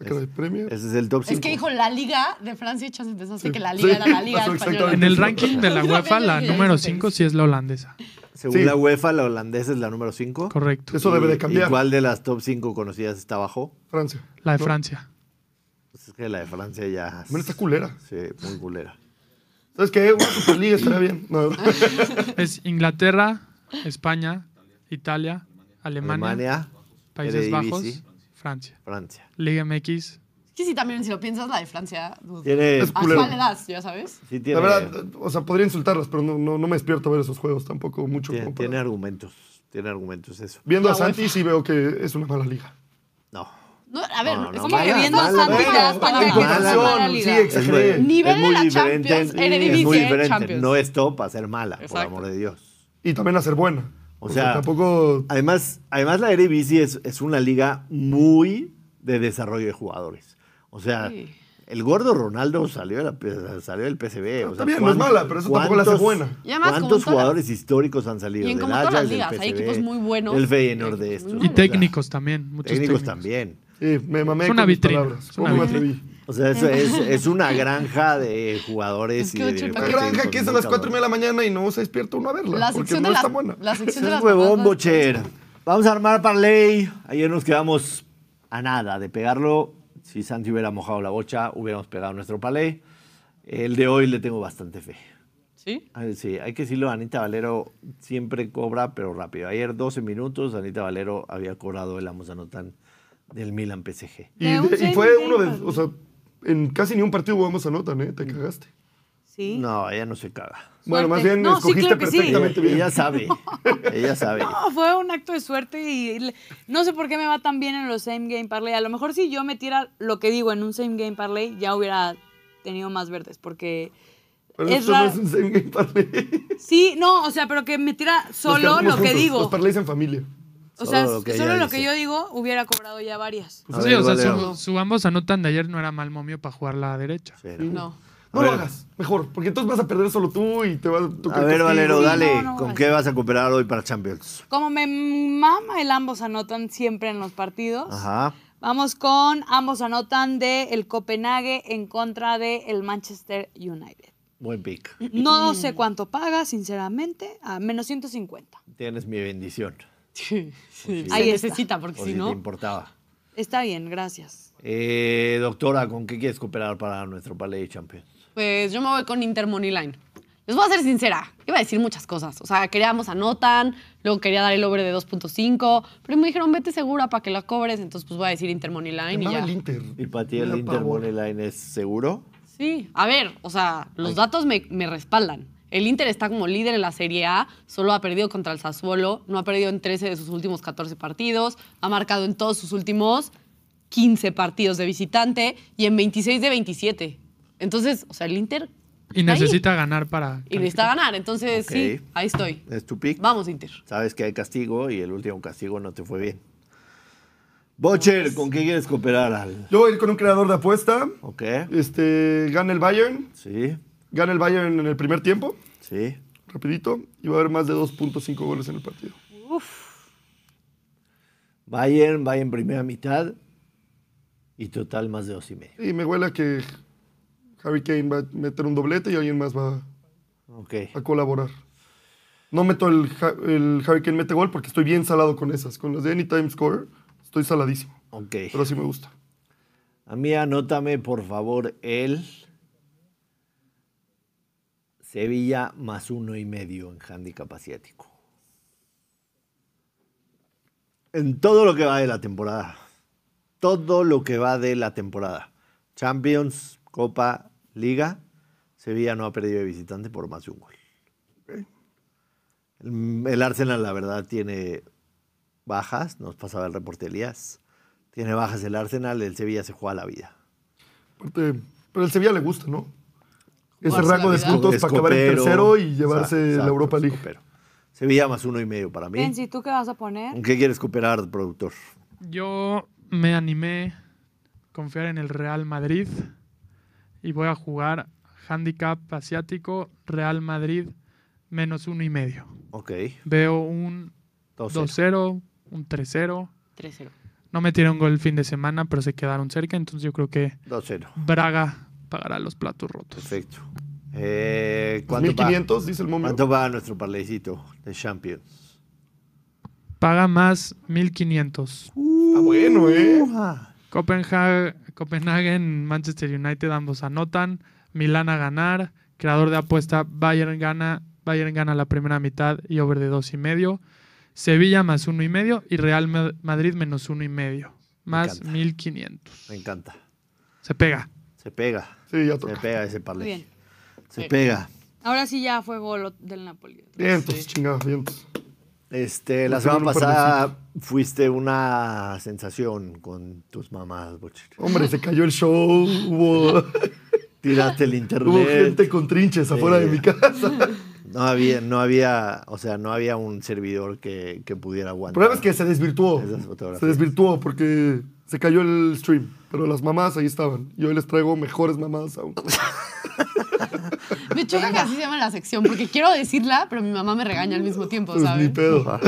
E: Acá la Premier.
A: Ese es el top 5.
C: Es que dijo la Liga de Francia, y Chas empezaste que la
E: Sí,
C: Liga era
E: <laughs>
C: la Liga
E: pasó
C: española.
B: En el ranking
C: <laughs>
B: de la
C: Yo también
B: UEFA, la
C: dije eso,
B: número
C: pues.
B: 5 sí es la holandesa.
A: Según
E: Sí.
A: la UEFA, la holandesa es la número 5.
B: Correcto.
E: Eso debe de cambiar.
A: ¿Y cuál de las top 5 conocidas está abajo?
E: Francia.
B: La de
E: ¿no?
B: Francia.
A: Pues es que la de Francia ya.
E: Bueno, está culera.
A: Sí, muy culera.
E: ¿Sabes qué? Una Superliga estaría bien. No,
A: Ah,
B: Es Inglaterra, España, Italia, Alemania,
A: Alemania,
B: Países
A: Eredivisie.
B: Bajos, Francia.
A: Francia.
B: Liga MX,
C: Es que sí, también, si lo piensas, la de Francia. dude.
A: Tiene-
E: Es
C: ¿A
E: culero.
C: cuál le das? Ya sabes.
A: Sí
E: La
A: tiene,
E: verdad, o sea, podría insultarlas, pero no, no, no me despierto a ver esos juegos tampoco mucho.
A: tiene,
E: como para-
A: tiene argumentos. Tiene argumentos eso.
E: Viendo a
C: La
E: Santi sí veo que es una mala liga.
A: No.
C: No, a ver,
A: No, no,
C: es
A: no,
C: que
A: mala,
C: viendo a
A: mala,
C: Santi te
A: mala,
C: das
A: mala,
C: cuenta que
A: mala,
C: es una
E: mala,
C: mala liga.
E: sí, exacto. Exageré.
A: muy-
C: Nivel de la Champions,
A: es muy
C: Eredivisie,
A: diferente.
C: Champions.
A: No es top a ser mala, por
C: Exacto.
A: amor de Dios.
E: Y también a ser buena.
A: O sea,
E: tampoco.
A: Además, además la Eredivisie es, es una liga muy de desarrollo de jugadores. O sea,
C: Sí.
A: el gordo Ronaldo salió, de la P- salió del PCB.
E: Está bien, no es mala, pero eso tampoco la hace buena.
C: Y además, como
A: ¿Cuántos
C: en todas-
A: jugadores históricos han salido?
C: Y en
A: del
C: como todas
A: Ajax,
C: las
A: del
C: ligas, hay
A: PSV,
C: equipos muy buenos
A: Del
C: y
A: Feyenoord
C: equipos
A: de
C: muy
A: estos.
C: malos.
A: O
B: Y
A: sea,
B: técnicos también, muchos
A: técnicos
B: técnicos.
A: también.
E: Sí, me mamé.
B: Es una
E: con mis
B: vitrina,
E: palabras.
B: es
E: ¿Cómo
B: una
E: me
B: vitrina.
E: atreví?
A: O sea, eso es, es
C: <laughs>
A: una granja de jugadores
C: Es
A: y
C: que
A: de
C: ocho-
E: Una
A: directores
E: granja
A: técnicos
E: que es a
A: muy
E: las 4 y media
A: cabrones.
E: de la mañana y no se despierta uno a verla.
C: La
E: porque
C: sección
E: no
C: de las.
E: está buena.
C: La sección de
A: Es
C: las.
A: huevón,
C: mamás-
A: Bocher. Vamos a armar parlay. Ayer nos quedamos a nada de pegarlo. Si Santi hubiera mojado la bocha, hubiéramos pegado nuestro parlay. El de hoy le tengo bastante fe.
C: ¿Sí?
A: A ver, Sí, hay que decirlo, Anita Valero siempre cobra, pero rápido. Ayer 12 minutos, Anita Valero había cobrado el Amos Anotan del Milan PSG.
E: Y,
D: Le da un
E: de- y
D: seis
E: fue
D: de
E: uno de.
D: gameplay.
E: O sea, en casi ni un partido jugamos a nota, ¿eh? Te cagaste.
D: Sí.
A: No, ella no se caga.
E: Bueno, más
D: Suerte.
E: bien
D: No, sí,
E: escogiste
D: claro que sí.
E: perfectamente bien.
A: Ella sabe, ella sabe.
D: No, fue un acto de suerte y le- no sé por qué me va tan bien en los same game parlay. A lo mejor si yo metiera lo que digo en un same game parlay ya hubiera tenido más verdes porque
E: Pero
D: es
E: esto no
D: raro.
E: es un same game parlay.
D: sí, no, o sea, pero que metiera solo lo que
E: Los juntos, Los
D: digo.
E: parlays en familia.
D: O sea,
A: Solo lo que
D: solo
A: ella
D: lo que
A: dice.
D: yo digo hubiera cobrado ya varias.
A: A
B: Pues Sí,
A: ver,
B: o sea,
A: Valero.
B: su, su ambos anotan de ayer no era mal momio para jugar la derecha.
A: Pero-
C: No.
E: No
A: A
E: lo
A: ver.
E: hagas, mejor, porque entonces vas a perder solo tú y te vas tu
A: A ver, Valero,
D: Sí,
A: dale,
D: no, no,
A: ¿con
D: es-
A: qué vas a cooperar hoy para Champions?
D: Como me mama el ambos anotan siempre en los partidos.
A: Ajá.
D: Vamos con ambos anotan de el Copenhague en contra de el Manchester United.
A: Buen pick.
D: No sé cuánto paga, sinceramente, a menos 150.
A: Tienes mi bendición.
C: <laughs> Sí, sí,
D: Ahí
C: se
D: está.
C: necesita, porque
A: Por
C: si
A: si te
C: no.
A: importaba.
D: Está bien, gracias.
A: Eh, doctora, ¿con qué quieres cooperar para nuestro Palais de Champions?
C: Pues yo me voy con Inter Money Line. Les voy a ser sincera, iba a decir muchas cosas. O sea, queríamos anotan, luego quería dar el over de 2.5, pero me dijeron, vete segura para que la cobres, entonces pues voy a decir Inter Money
E: Te
C: Line y
E: mama
C: ya.
E: el Inter.
A: ¿Y para ti
E: Me
A: el
E: da
A: Inter
E: pavor.
A: Money Line es seguro?
C: Sí, a ver, o sea, los datos me, me respaldan. El Inter está como líder en la Serie A, solo ha perdido contra el Sassuolo, no ha perdido en 13 de sus últimos 14 partidos, ha marcado en todos sus últimos 15 partidos de visitante y en 26 de 27. Entonces, o sea, el Inter
B: Y
C: está ahí.
B: necesita ganar para.
C: y necesita ganar, entonces
A: Ok.
C: sí, ahí estoy.
A: ¿Es tu pick?
C: Vamos Inter.
A: Sabes que hay castigo y el último castigo no te fue bien. Bocher, ¿con qué quieres cooperar? Al...
E: Yo voy a ir con un creador de apuesta.
A: ¿Ok?
E: Este, gana el Bayern,
A: Sí,
E: gana el Bayern en el primer tiempo,
A: sí.
E: rapidito, y va a haber más de 2.5 goles en el partido.
A: Bayern, Bayern primera mitad y total más de dos y medio.
E: Y me huele a que Harry Kane va a meter un doblete y alguien más va
A: Ok.
E: a colaborar. No meto el, Ja- el Harry Kane mete gol porque estoy bien salado con esas. Con las de Anytime Score estoy saladísimo,
A: Ok.
E: pero sí me gusta.
A: A mí anótame, por favor, el Sevilla más uno y medio en handicap asiático. En todo lo que va de la temporada. Todo lo que va de la temporada. Champions, Copa, Liga. Sevilla no ha perdido de visitante por más de un gol. El, el Arsenal, la verdad, tiene bajas. Nos pasaba el reporte Elías. Tiene bajas el Arsenal. El Sevilla se juega la vida.
E: Aparte, pero el Sevilla le gusta, ¿no? Ese
C: Jugarse
E: rango
C: la
E: de
C: vida.
E: puntos para acabar en
A: Escopero.
E: tercero y
A: Sa-
E: llevarse la
A: exacto,
E: Europa League.
A: escopero. Sevilla más uno y medio para mí.
D: Benzi, ¿tú qué vas a poner?
A: ¿Con qué quieres cooperar, productor?
B: Yo me animé a confiar en el Real Madrid y voy a jugar handicap asiático Real Madrid menos uno y medio.
A: Ok.
B: Veo un 2-0, un 3-0.
C: 3-0.
B: No metieron gol el fin de semana, pero se quedaron cerca, entonces yo creo que
A: 2-0.
B: Braga pagará los platos rotos.
A: Perfecto. Eh, ¿cuánto, va,
E: 1500, dice el momento.
A: ¿Cuánto va nuestro parlecito de Champions?
B: Paga más 1500.
E: Está bueno, ¿eh?
A: Ah,
B: Copenhague, Copenhague, Manchester United, ambos anotan. Milán a ganar. Creador de apuesta, Bayern gana. Bayern gana la primera mitad y over de dos y medio. Sevilla más uno y medio y Real Ma- Madrid menos uno y medio. Más
A: encanta.
B: 1500.
A: Me encanta.
B: Se pega.
A: Se pega.
E: Sí, ya
A: Se
E: toca.
A: pega ese
D: Muy
A: parlay.
D: bien.
A: Se pega.
D: Ahora sí ya fue gol del Napoli.
E: Vientos, chingada, vientos.
A: Este, la
E: Nos
A: semana
E: dieron un
A: pasada fuiste una sensación con tus mamás, Bochir.
E: Hombre, se cayó el show,
A: <laughs>
E: hubo,
A: Tiraste el
E: hubo gente
A: internet.
E: con trinches afuera de mi casa.
A: No había, no había, o sea, no había un servidor que, que pudiera
E: El
A: aguantar.
E: problema es que se desvirtuó.
A: Esas fotografías.
E: Se desvirtuó porque se cayó el stream. Pero las mamás ahí estaban. Y hoy les traigo mejores mamás aún.
C: Me choca que así se llama la sección, porque quiero decirla, pero mi mamá me regaña al mismo tiempo,
E: Pues <laughs> ni
C: ¿sabes?
E: pedo.
A: Ah,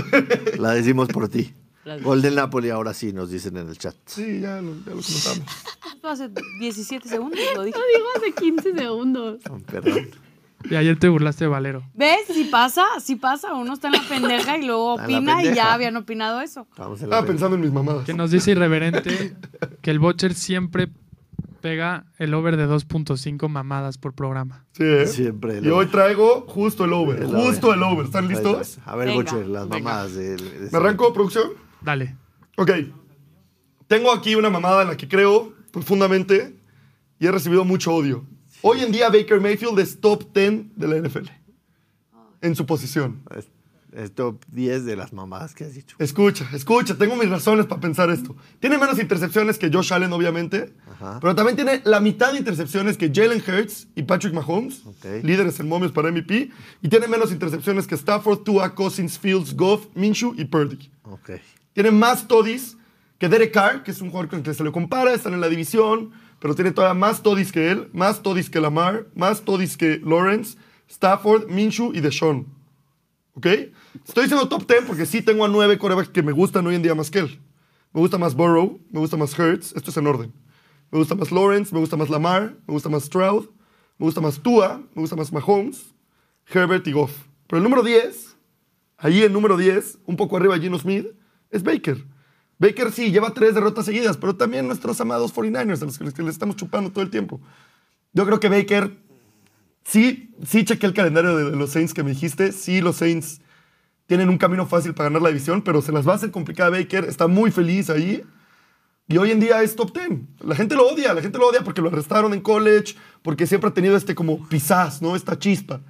A: La decimos por ti.
C: Gracias.
A: Gol del Napoli, ahora sí, nos dicen en el chat.
E: Sí, ya lo, ya lo comentamos.
D: Esto hace 17 segundos lo dije.
C: Lo digo hace 15 segundos.
A: Perdón.
B: Y ayer te burlaste de Valero.
D: ¿Ves? Si pasa, si pasa. Uno está en la pendeja y luego
A: Está en la
D: opina y
A: pendeja.
D: ya habían opinado eso.
A: Vamos a la
E: Estaba
A: pena.
E: pensando en mis mamadas.
B: Que nos dice irreverente que el Bocher siempre pega el over de 2.5 mamadas por programa.
E: Sí, ¿eh?
A: Siempre el
E: Y hoy
A: over.
E: traigo justo el over. justo el over. ¿Están listos?
A: A ver,
C: Venga,
A: Bocher, las
C: venga.
A: mamadas del. de-
E: ¿Me arranco, producción?
B: Dale.
E: Ok. Tengo aquí una mamada en la que creo profundamente y he recibido mucho odio. Hoy en día Baker Mayfield es top 10 de la NFL. En su posición.
A: Es, es top 10 de las mamadas que has dicho.
E: Escucha, escucha, tengo mis razones para pensar esto. Tiene menos intercepciones que Josh Allen, obviamente,
A: Ajá.
E: pero también tiene la mitad de intercepciones que Jalen Hurts y Patrick Mahomes,
A: Ok.
E: líderes en momios para MVP, y tiene menos intercepciones que Stafford, Tua, Cousins, Fields, Goff, Minshew y Purdy.
A: Ok.
E: Tiene más todis que Derek Carr, que es un jugador con el que se le compara, están en la división, pero tiene todavía más todis que él, más todis que Lamar, más todis que Lawrence, Stafford, Minshew y Deshaun. ¿Ok? Estoy diciendo top 10 porque sí tengo a nueve corebacks que me gustan hoy en día más que él. Me gusta más Burrow, me gusta más Hurts, esto es en orden. Me gusta más Lawrence, me gusta más Lamar, me gusta más Stroud, me gusta más Tua, me gusta más Mahomes, Herbert y Goff. Pero el número 10 Ahí en número 10, un poco arriba de Gino Smith, es Baker. Baker sí, lleva tres derrotas seguidas, pero también nuestros amados 49ers, a los que, les- que les estamos chupando todo el tiempo. Yo creo que Baker, sí, sí chequé el calendario de, de los Saints que me dijiste, sí los Saints tienen un camino fácil para ganar la división, pero se las va a hacer complicada Baker, está muy feliz ahí. Y hoy en día es top 10. La gente lo odia, la gente lo odia porque lo arrestaron en college, porque siempre ha tenido este como pisaz, ¿no? Esta chispa.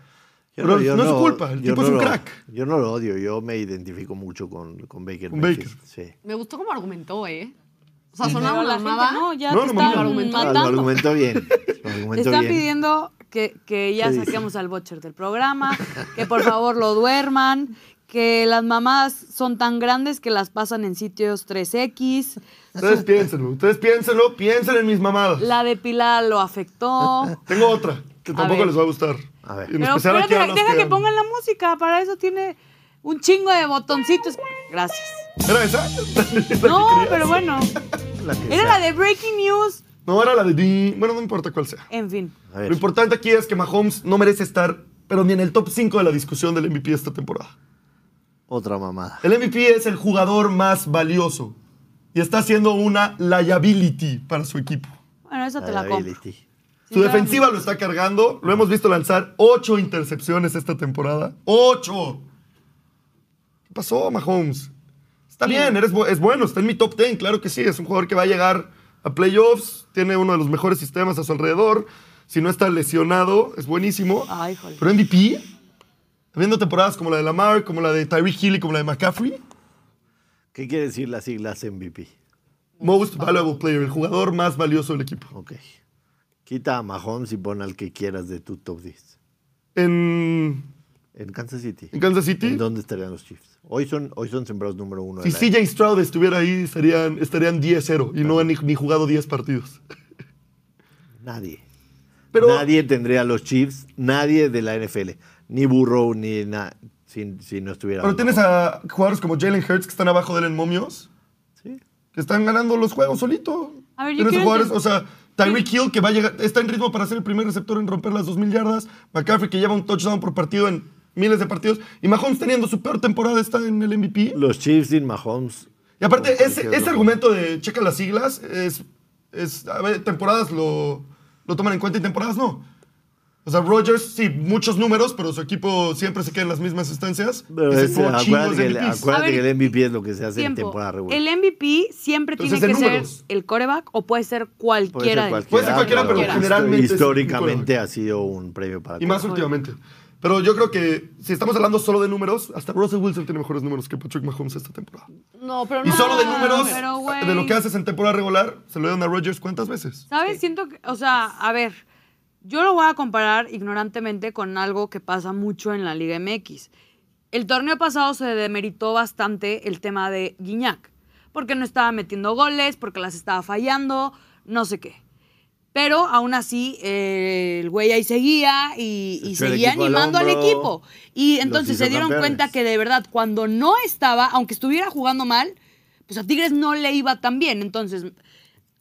A: Yo
E: Pero
A: yo
E: no es su culpa, el
A: yo
E: tipo es un
A: lo-
E: crack.
A: Yo no lo odio, yo me identifico mucho con, con Baker.
E: Con
A: Mayfield,
E: Baker.
A: Sí.
C: Me gustó cómo argumentó, ¿eh? O sea,
D: Pero
C: sonaba una
D: la gente
C: mamada.
D: no, ya
E: No,
D: te
E: no,
D: están
E: no,
A: Ah,
C: no,
D: argumentando.
A: Lo argumentó bien. Lo
D: Te
A: argumentó
D: están
A: bien.
D: pidiendo que, que ya
A: ¿Qué dice?
D: saquemos al Bocher del programa, que por favor lo duerman, que las mamás son tan grandes que las pasan en sitios 3X,
E: Ustedes piénsenlo, ustedes piénsenlo, piensen en mis mamadas.
D: la de Pilar lo afectó.
E: Tengo otra que
D: A
E: tampoco
D: ver.
E: les va a gustar.
A: A ver.
E: Y en
D: Pero
E: especial aquí a
D: espérate,
E: los
D: deja que
E: han-
D: pongan la música, para eso tiene un chingo de botoncitos. Gracias.
E: ¿Era <laughs> esa? ¿La que
D: No,
E: querías?
D: pero
E: <laughs>
D: bueno,
A: La que
D: era
A: sea.
D: la de Breaking News,
E: No, era la de Dean. Bueno, no importa cuál sea.
D: en fin.
A: A ver,
E: Lo importante aquí es que Mahomes no merece estar, pero ni en el top 5 de la discusión del MVP esta temporada.
A: otra mamada.
E: El MVP es el jugador más valioso y está siendo una liability para su equipo.
D: Bueno, eso te la compro.
A: Liability.
E: Su defensiva lo está cargando. Lo hemos visto lanzar ocho intercepciones esta temporada. ¡Ocho! ¿Qué pasó, Mahomes? Está bien, eres bu- es bueno, está en mi top 10, claro que sí. Es un jugador que va a llegar a playoffs, tiene uno de los mejores sistemas a su alrededor. Si no está lesionado, es buenísimo.
D: Ay, jole.
E: Pero MVP, viendo temporadas como la de Lamar, como la de Tyreek Hill y como la de McCaffrey,
A: ¿Qué quiere decir las siglas MVP?
E: Most Valuable Player, el jugador más valioso del equipo.
A: Ok. Quita a Mahomes y pon al que quieras de tu top 10.
E: En,
A: En Kansas City.
E: en Kansas City.
A: ¿En dónde estarían los Chiefs? Hoy son, hoy son sembrados número uno. de
E: Si
A: la-
E: CJ Stroud estuviera ahí, estarían, estarían 10-0 y no han ni, ni jugado 10 partidos.
A: Nadie.
E: Pero
A: Nadie tendría a los Chiefs, nadie de la NFL. Ni Burrow, ni nada. Si, si no estuviera.
E: pero tienes
A: Mahomes.
E: a jugadores como Jalen Hurts que están abajo de él en momios,
A: Sí.
E: que están ganando los juegos solito.
D: A ver, yo
E: tienes
D: quiero
E: jugadores,
D: entend-
E: o sea, Tyreek Hill que va a llegar, está en ritmo para ser el primer receptor en romper las 2.000 yardas, McCaffrey que lleva un touchdown por partido en miles de partidos, y Mahomes teniendo su peor temporada está en el MVP.
A: Los Chiefs sin Mahomes. Pues,
E: Y aparte,
A: Como
E: ese,
A: cualquier
E: ese
A: otro.
E: argumento de checa las siglas, es, es- a ver, temporadas lo, lo toman en cuenta y temporadas no. O sea, Rodgers, sí, muchos números, pero su equipo siempre se queda en las mismas instancias.
A: Pero
E: Y se
A: ese-
E: llevó
A: acuérdate,
E: chingos
A: que
E: de
A: el,
E: MVPs.
A: acuérdate
D: A ver,
A: que el MVP es lo que se hace en
D: Tiempo.
A: temporada regular.
D: El MVP siempre
E: Entonces,
D: tiene
E: en
D: que ser
E: números.
D: el coreback o puede ser
A: Puede ser
D: cualquiera. de-
E: Puede ser cualquiera, pero generalmente es un
A: Históricamente
E: quarterback.
A: ha sido un premio para
E: Y más
A: quarterback.
E: últimamente. Pero yo creo que si estamos hablando solo de números, hasta Russell Wilson tiene mejores números que Patrick Mahomes esta temporada.
C: No, pero
E: Y
C: no.
E: solo de números,
D: pero, güey.
E: de lo que haces en temporada regular, se lo dan a Rodgers cuántas veces.
D: ¿Sabes? Siento que, o sea, a ver, yo lo voy a comparar ignorantemente con algo que pasa mucho en la Liga MX. El torneo pasado se demeritó bastante el tema de Guiñac, porque no estaba metiendo goles, porque las estaba fallando, no sé qué. Pero aún así, eh, el güey ahí seguía y,
A: Se
D: y
A: echó el
D: seguía
A: equipo al
D: animando al,
A: hombro,
D: equipo. Y
A: los
D: entonces
A: hizo
D: se dieron
A: campeones.
D: cuenta que de verdad, cuando no estaba, aunque estuviera jugando mal, pues a Tigres no le iba tan bien. Entonces,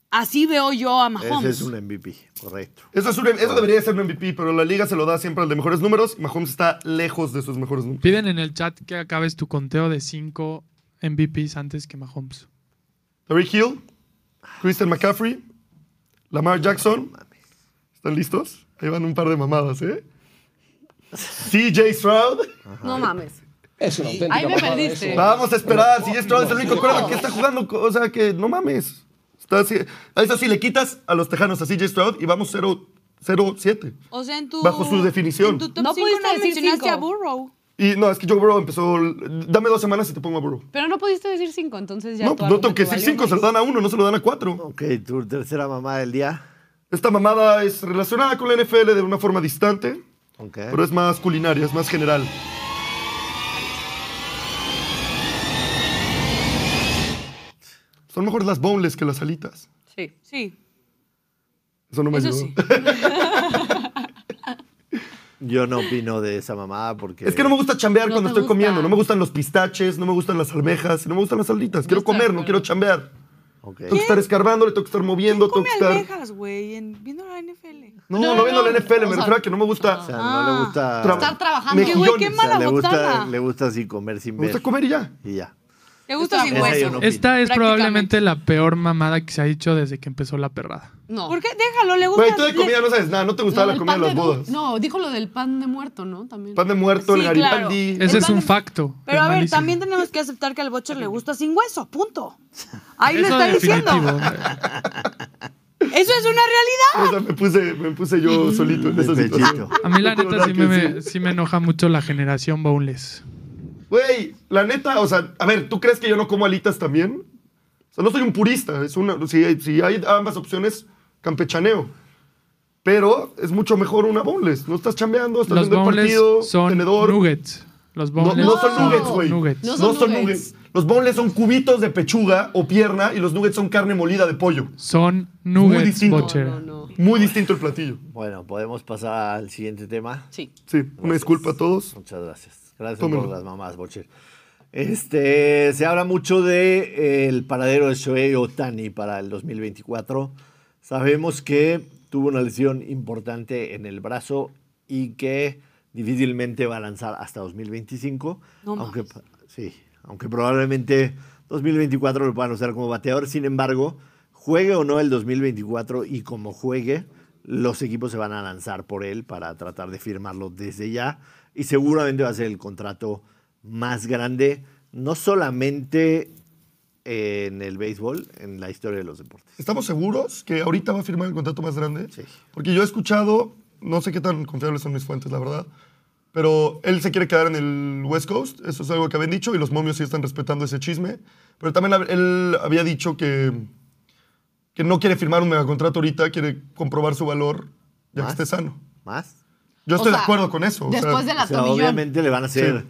D: así veo yo a Mahomes.
A: Ese es un MVP, correcto.
E: Eso, es un- eso debería ser un MVP, pero la liga se lo da siempre al de mejores números y Mahomes está lejos de sus mejores números.
B: Piden en el chat que acabes tu conteo de 5 MVPs antes que Mahomes.
E: Terry Hill, Christian McCaffrey, Lamar Jackson. ¿Están listos? Ahí van un par de mamadas, ¿eh? CJ Stroud.
C: No mames.
F: Es una auténtica
C: Ahí me
F: mamada
C: perdiste.
F: eso.
E: Vamos a esperar. Si Stroud es el único quarterback que está jugando, o sea que no mames. Está así- a eso sí le quitas a los tejanos a CJ Stroud y vamos 0-7.
D: O sea, en tu.
E: Bajo su definición.
D: en tu top
C: No
D: cinco
C: pudiste decir
D: mencionaste
C: cinco.
D: a Burrow.
E: Y no, es que Joe Burrow empezó. Dame dos semanas y te pongo a Burrow.
C: Pero no pudiste decir cinco, entonces ya.
E: No,
C: tu
E: pues no tengo que
C: argumento
E: decir cinco, se
C: valió.
E: lo dan a uno, no se lo dan a cuatro.
A: Ok, tu tercera mamá del día.
E: Esta mamada es relacionada con la NFL de una forma distante,
A: Ok.
E: pero es más culinaria, es más general. Son mejores las boneless que las alitas.
C: Sí.
D: Sí.
E: Eso no me
D: Eso
E: ayudó.
D: sí.
A: Yo no opino de esa mamá porque.
E: <laughs> Es que no me gusta chambear
C: No
E: cuando
C: te
E: estoy
C: gusta.
E: comiendo. No me gustan los pistaches, no me gustan las almejas, no me gustan las alitas. Quiero
C: estoy de
E: comer, no
C: acuerdo.
E: quiero chambear.
A: Ok.
E: Tengo que estar escarbándole, tengo que estar moviendo, tengo
D: Come
E: que estar.
D: almejas, güey, en- viendo la NFL.
C: No,
E: No, no,
C: no,
E: viendo
C: no.
E: la NFL, me
C: O sea,
E: refiero a que no me gusta.
A: O sea, no le gusta.
E: Tra-
C: Estar trabajando.
E: Mejillones.
D: Güey, qué
A: o sea,
D: Ah. mala
A: le, gusta
D: botana.
A: le gusta así comer sin
E: Me
A: ver.
E: gusta comer y ya.
A: Y ya.
D: ¿Te gusta
C: Está
D: sin
C: bien.
A: Esa yo
D: hueso?
A: no.
B: Esta es
C: Prácticamente.
B: probablemente la peor mamada que se ha dicho desde que empezó la perrada.
C: No.
D: ¿Por qué? Déjalo, le gusta.
E: Güey, tú de
D: le-
E: comida no sabes nada, no te
C: No,
E: gustaba la
C: el
E: comida de
C: pan
E: las
C: de-
E: bodas.
C: No, dijo lo del pan de muerto, ¿no? También.
E: Pan de muerto, el
D: Sí,
E: garipaldí.
B: Ese es
D: pan
B: un
D: de-
B: facto.
D: Pero
B: es
D: a ver,
B: malísimo.
D: también tenemos que aceptar que al bocher le gusta sin hueso, punto. Ahí lo
B: Eso
D: está diciendo.
B: definitivo.
D: Eso es una realidad.
E: O sea, me puse, me puse yo solito en
A: De
E: esa situación.
A: pechito.
B: A mí la
E: No tengo
B: neta sí
E: nada
B: me,
E: que
B: me-
E: decir.
B: sí me enoja mucho la generación boneless.
E: Güey, la neta, o sea, a ver, ¿tú crees que yo no como alitas también? O sea, no soy un purista. Es una, si, si hay ambas opciones, campechaneo. Pero es mucho mejor una boneless. No estás chambeando, estás
B: Los
E: viendo el
B: boneless
E: partido,
B: son
E: tenedor.
B: nuggets. Los
E: No,
B: boneless
E: no son nuggets, güey.
B: nuggets.
C: No
E: No
C: son
E: son,
C: nuggets.
E: nuggets. Los boneless son cubitos de pechuga o pierna y los nuggets son carne molida de pollo.
B: Son nuggets,
E: distinto.
B: Bocher.
C: No, no, no.
E: Muy distinto el platillo.
A: Bueno, podemos pasar al siguiente tema.
C: Sí.
E: Sí, una disculpa a todos.
A: Muchas gracias. Gracias
E: Tómelo.
A: por las mamás, Bocher. Este, se habla mucho de eh, el paradero de Shohei Otani para el 2024. Sabemos que tuvo una lesión importante en el brazo y que difícilmente va a lanzar hasta 2025.
D: No
A: aunque, pa- sí, aunque probablemente 2024 lo puedan usar como bateador. Sin embargo, juegue o no el 2024 y como juegue, los equipos se van a lanzar por él para tratar de firmarlo desde ya. Y seguramente va a ser el contrato más grande, no solamente en el béisbol, en la historia de los deportes.
E: ¿Estamos seguros que ahorita va a firmar el contrato más grande?
A: Sí.
E: Porque yo he escuchado, no sé qué tan confiables son mis fuentes, la verdad, pero él se quiere quedar en el West Coast, eso es algo que habían dicho y los momios sí están respetando ese chisme, pero también hab- él había dicho que, que no quiere firmar un megacontrato ahorita, quiere comprobar su valor ya
A: ¿Más?
E: que esté sano.
A: ¿Más?
C: O
E: Yo estoy
C: sea,
E: de acuerdo con eso. o sea,
C: Después del
A: O sea,
C: atomillón.
A: obviamente le van a hacer
E: Sí.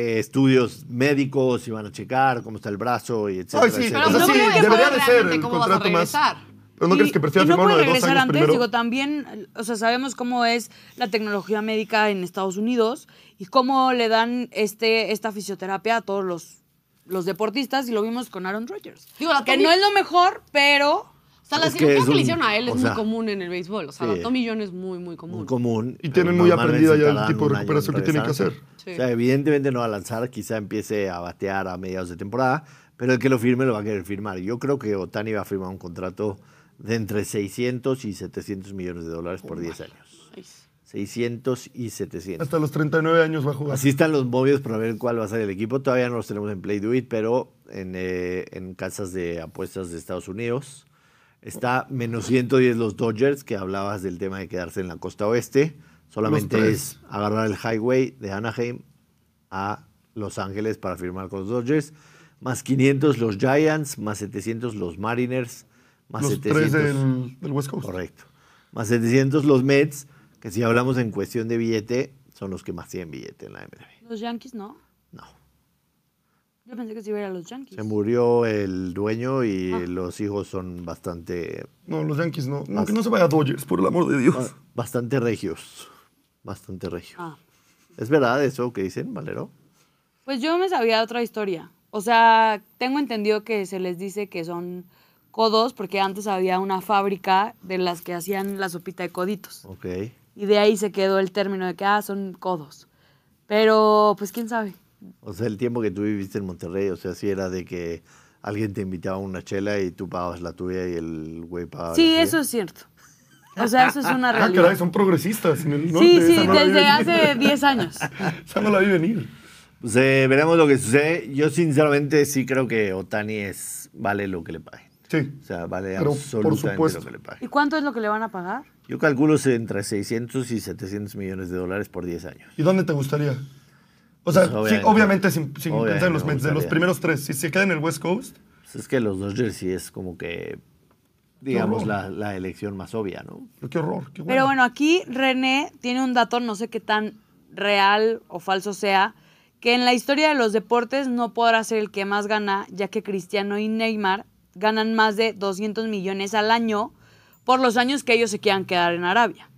A: eh, estudios médicos y van a checar cómo está el brazo y etcétera.
E: Ay, sí,
A: etcétera.
E: o
C: Pero
E: sea,
C: no
E: sí,
C: creo que
E: debería
C: sabe
E: de ser
C: realmente
E: el
C: cómo vas a
E: contrato más.
C: regresar.
E: Pero no crees
D: Y-
E: que prefiera
D: y no
E: firmar uno
D: puede
E: de dos
D: regresar
E: años
D: antes,
E: primero.
D: digo, también, o sea, sabemos cómo es la tecnología médica en Estados Unidos y cómo le dan este, esta fisioterapia a todos los, los deportistas y lo vimos con Aaron Rodgers.
C: Digo, la
D: que
C: Tommy-
D: no es lo mejor, pero
C: O sea, la
A: Es que
C: cirugía
A: es
C: que le
A: un-
C: hicieron a él es
A: o
C: muy
A: sea,
C: común en el béisbol. O sea,
A: sí.
C: la tomillón es muy, muy
A: muy
C: común.
A: común. eh,
E: Y
A: pero
E: tienen muy
A: normalmente
E: aprendida ya el
A: tardan
E: tipo de
A: un año en
E: recuperación que tienen que
A: regresar.
E: hacer.
C: Sí.
A: O sea, evidentemente no va a lanzar, quizá empiece a batear a mediados de temporada, pero el que lo firme lo va a querer firmar. Yo creo que Otani va a firmar un contrato de entre 600 y 700 millones de dólares por 10 años.
C: Ay, sí.
A: Sí. 600 y 700.
E: Hasta los 39 años va a jugar.
A: Así están los movios para ver cuál va a ser el equipo. Todavía no los tenemos en Play Do It, pero en, eh, en casas de apuestas de Estados Unidos está menos 110 los Dodgers, que hablabas del tema de quedarse en la costa oeste. Solamente
E: tres.
A: es agarrar el highway de Anaheim a Los Ángeles para firmar con los Dodgers. Más 500 los Giants, más 700 los Mariners, más
E: los
A: 700
E: tres del, del West
A: <laughs>
E: Coast.
A: Correcto. Más 700 los Mets, que si hablamos en cuestión de billete, son los que más tienen billete en la MLB.
D: Los Yankees no.
A: No.
D: Yo pensé que se iba a ir a los Yankees.
A: Se murió el dueño y
D: Ah.
A: los hijos son bastante,
E: No, los Yankees no. No, que no se vaya a Dodgers, por el amor de Dios.
A: bastante regios. Bastante regios.
D: Ah.
A: ¿Es verdad eso que dicen, Valero?
D: Pues yo me sabía otra historia. O sea, tengo entendido que se les dice que son codos porque antes había una fábrica de las que hacían la sopita de coditos.
A: Ok.
D: Y de ahí se quedó el término de que, ah, son codos. Pero, pues, quién sabe.
A: O sea, el tiempo que tú viviste en Monterrey, o sea, si era de que alguien te invitaba a una chela y tú pagabas la tuya y el güey pagaba.
D: Sí,
A: la suya.
D: eso es cierto. O sea, eso es una
E: Ah, caray,
D: realidad.
E: son progresistas en el norte.
D: Sí,
E: esa
D: sí,
E: no la vi
D: desde
E: venir.
D: hace 10 años.
E: <laughs> Esa no la vi venir.
A: Pues eh, veremos lo que sucede. Yo sinceramente sí creo que Otani es, vale lo que le paguen.
E: Sí.
A: O sea, vale
E: Pero, por
A: absolutamente
E: supuesto.
A: lo que le
D: ¿Y
A: paguen.
D: cuánto es lo que le van a pagar?
A: Yo calculo se- entre 600 y 700 millones de dólares por 10 años.
E: ¿Y dónde te gustaría? O sea,
A: Pues,
E: sí,
A: obviamente.
E: obviamente, sin, sin
A: Obviamente
E: pensar en los
A: me
E: Mets, de los
A: gustaría.
E: primeros tres. Si se queda en el West Coast,
A: Pues es que los Dodgers sí es como que, digamos,
E: horror.
A: la, la elección más obvia, ¿no?
E: pero qué horror, qué
D: Pero
E: bueno.
D: bueno, aquí René tiene un dato, no sé qué tan real o falso sea, que en la historia de los deportes no podrá ser el que más gana, ya que Cristiano y Neymar ganan más de 200 millones al año por los años que ellos se quieran quedar en Arabia.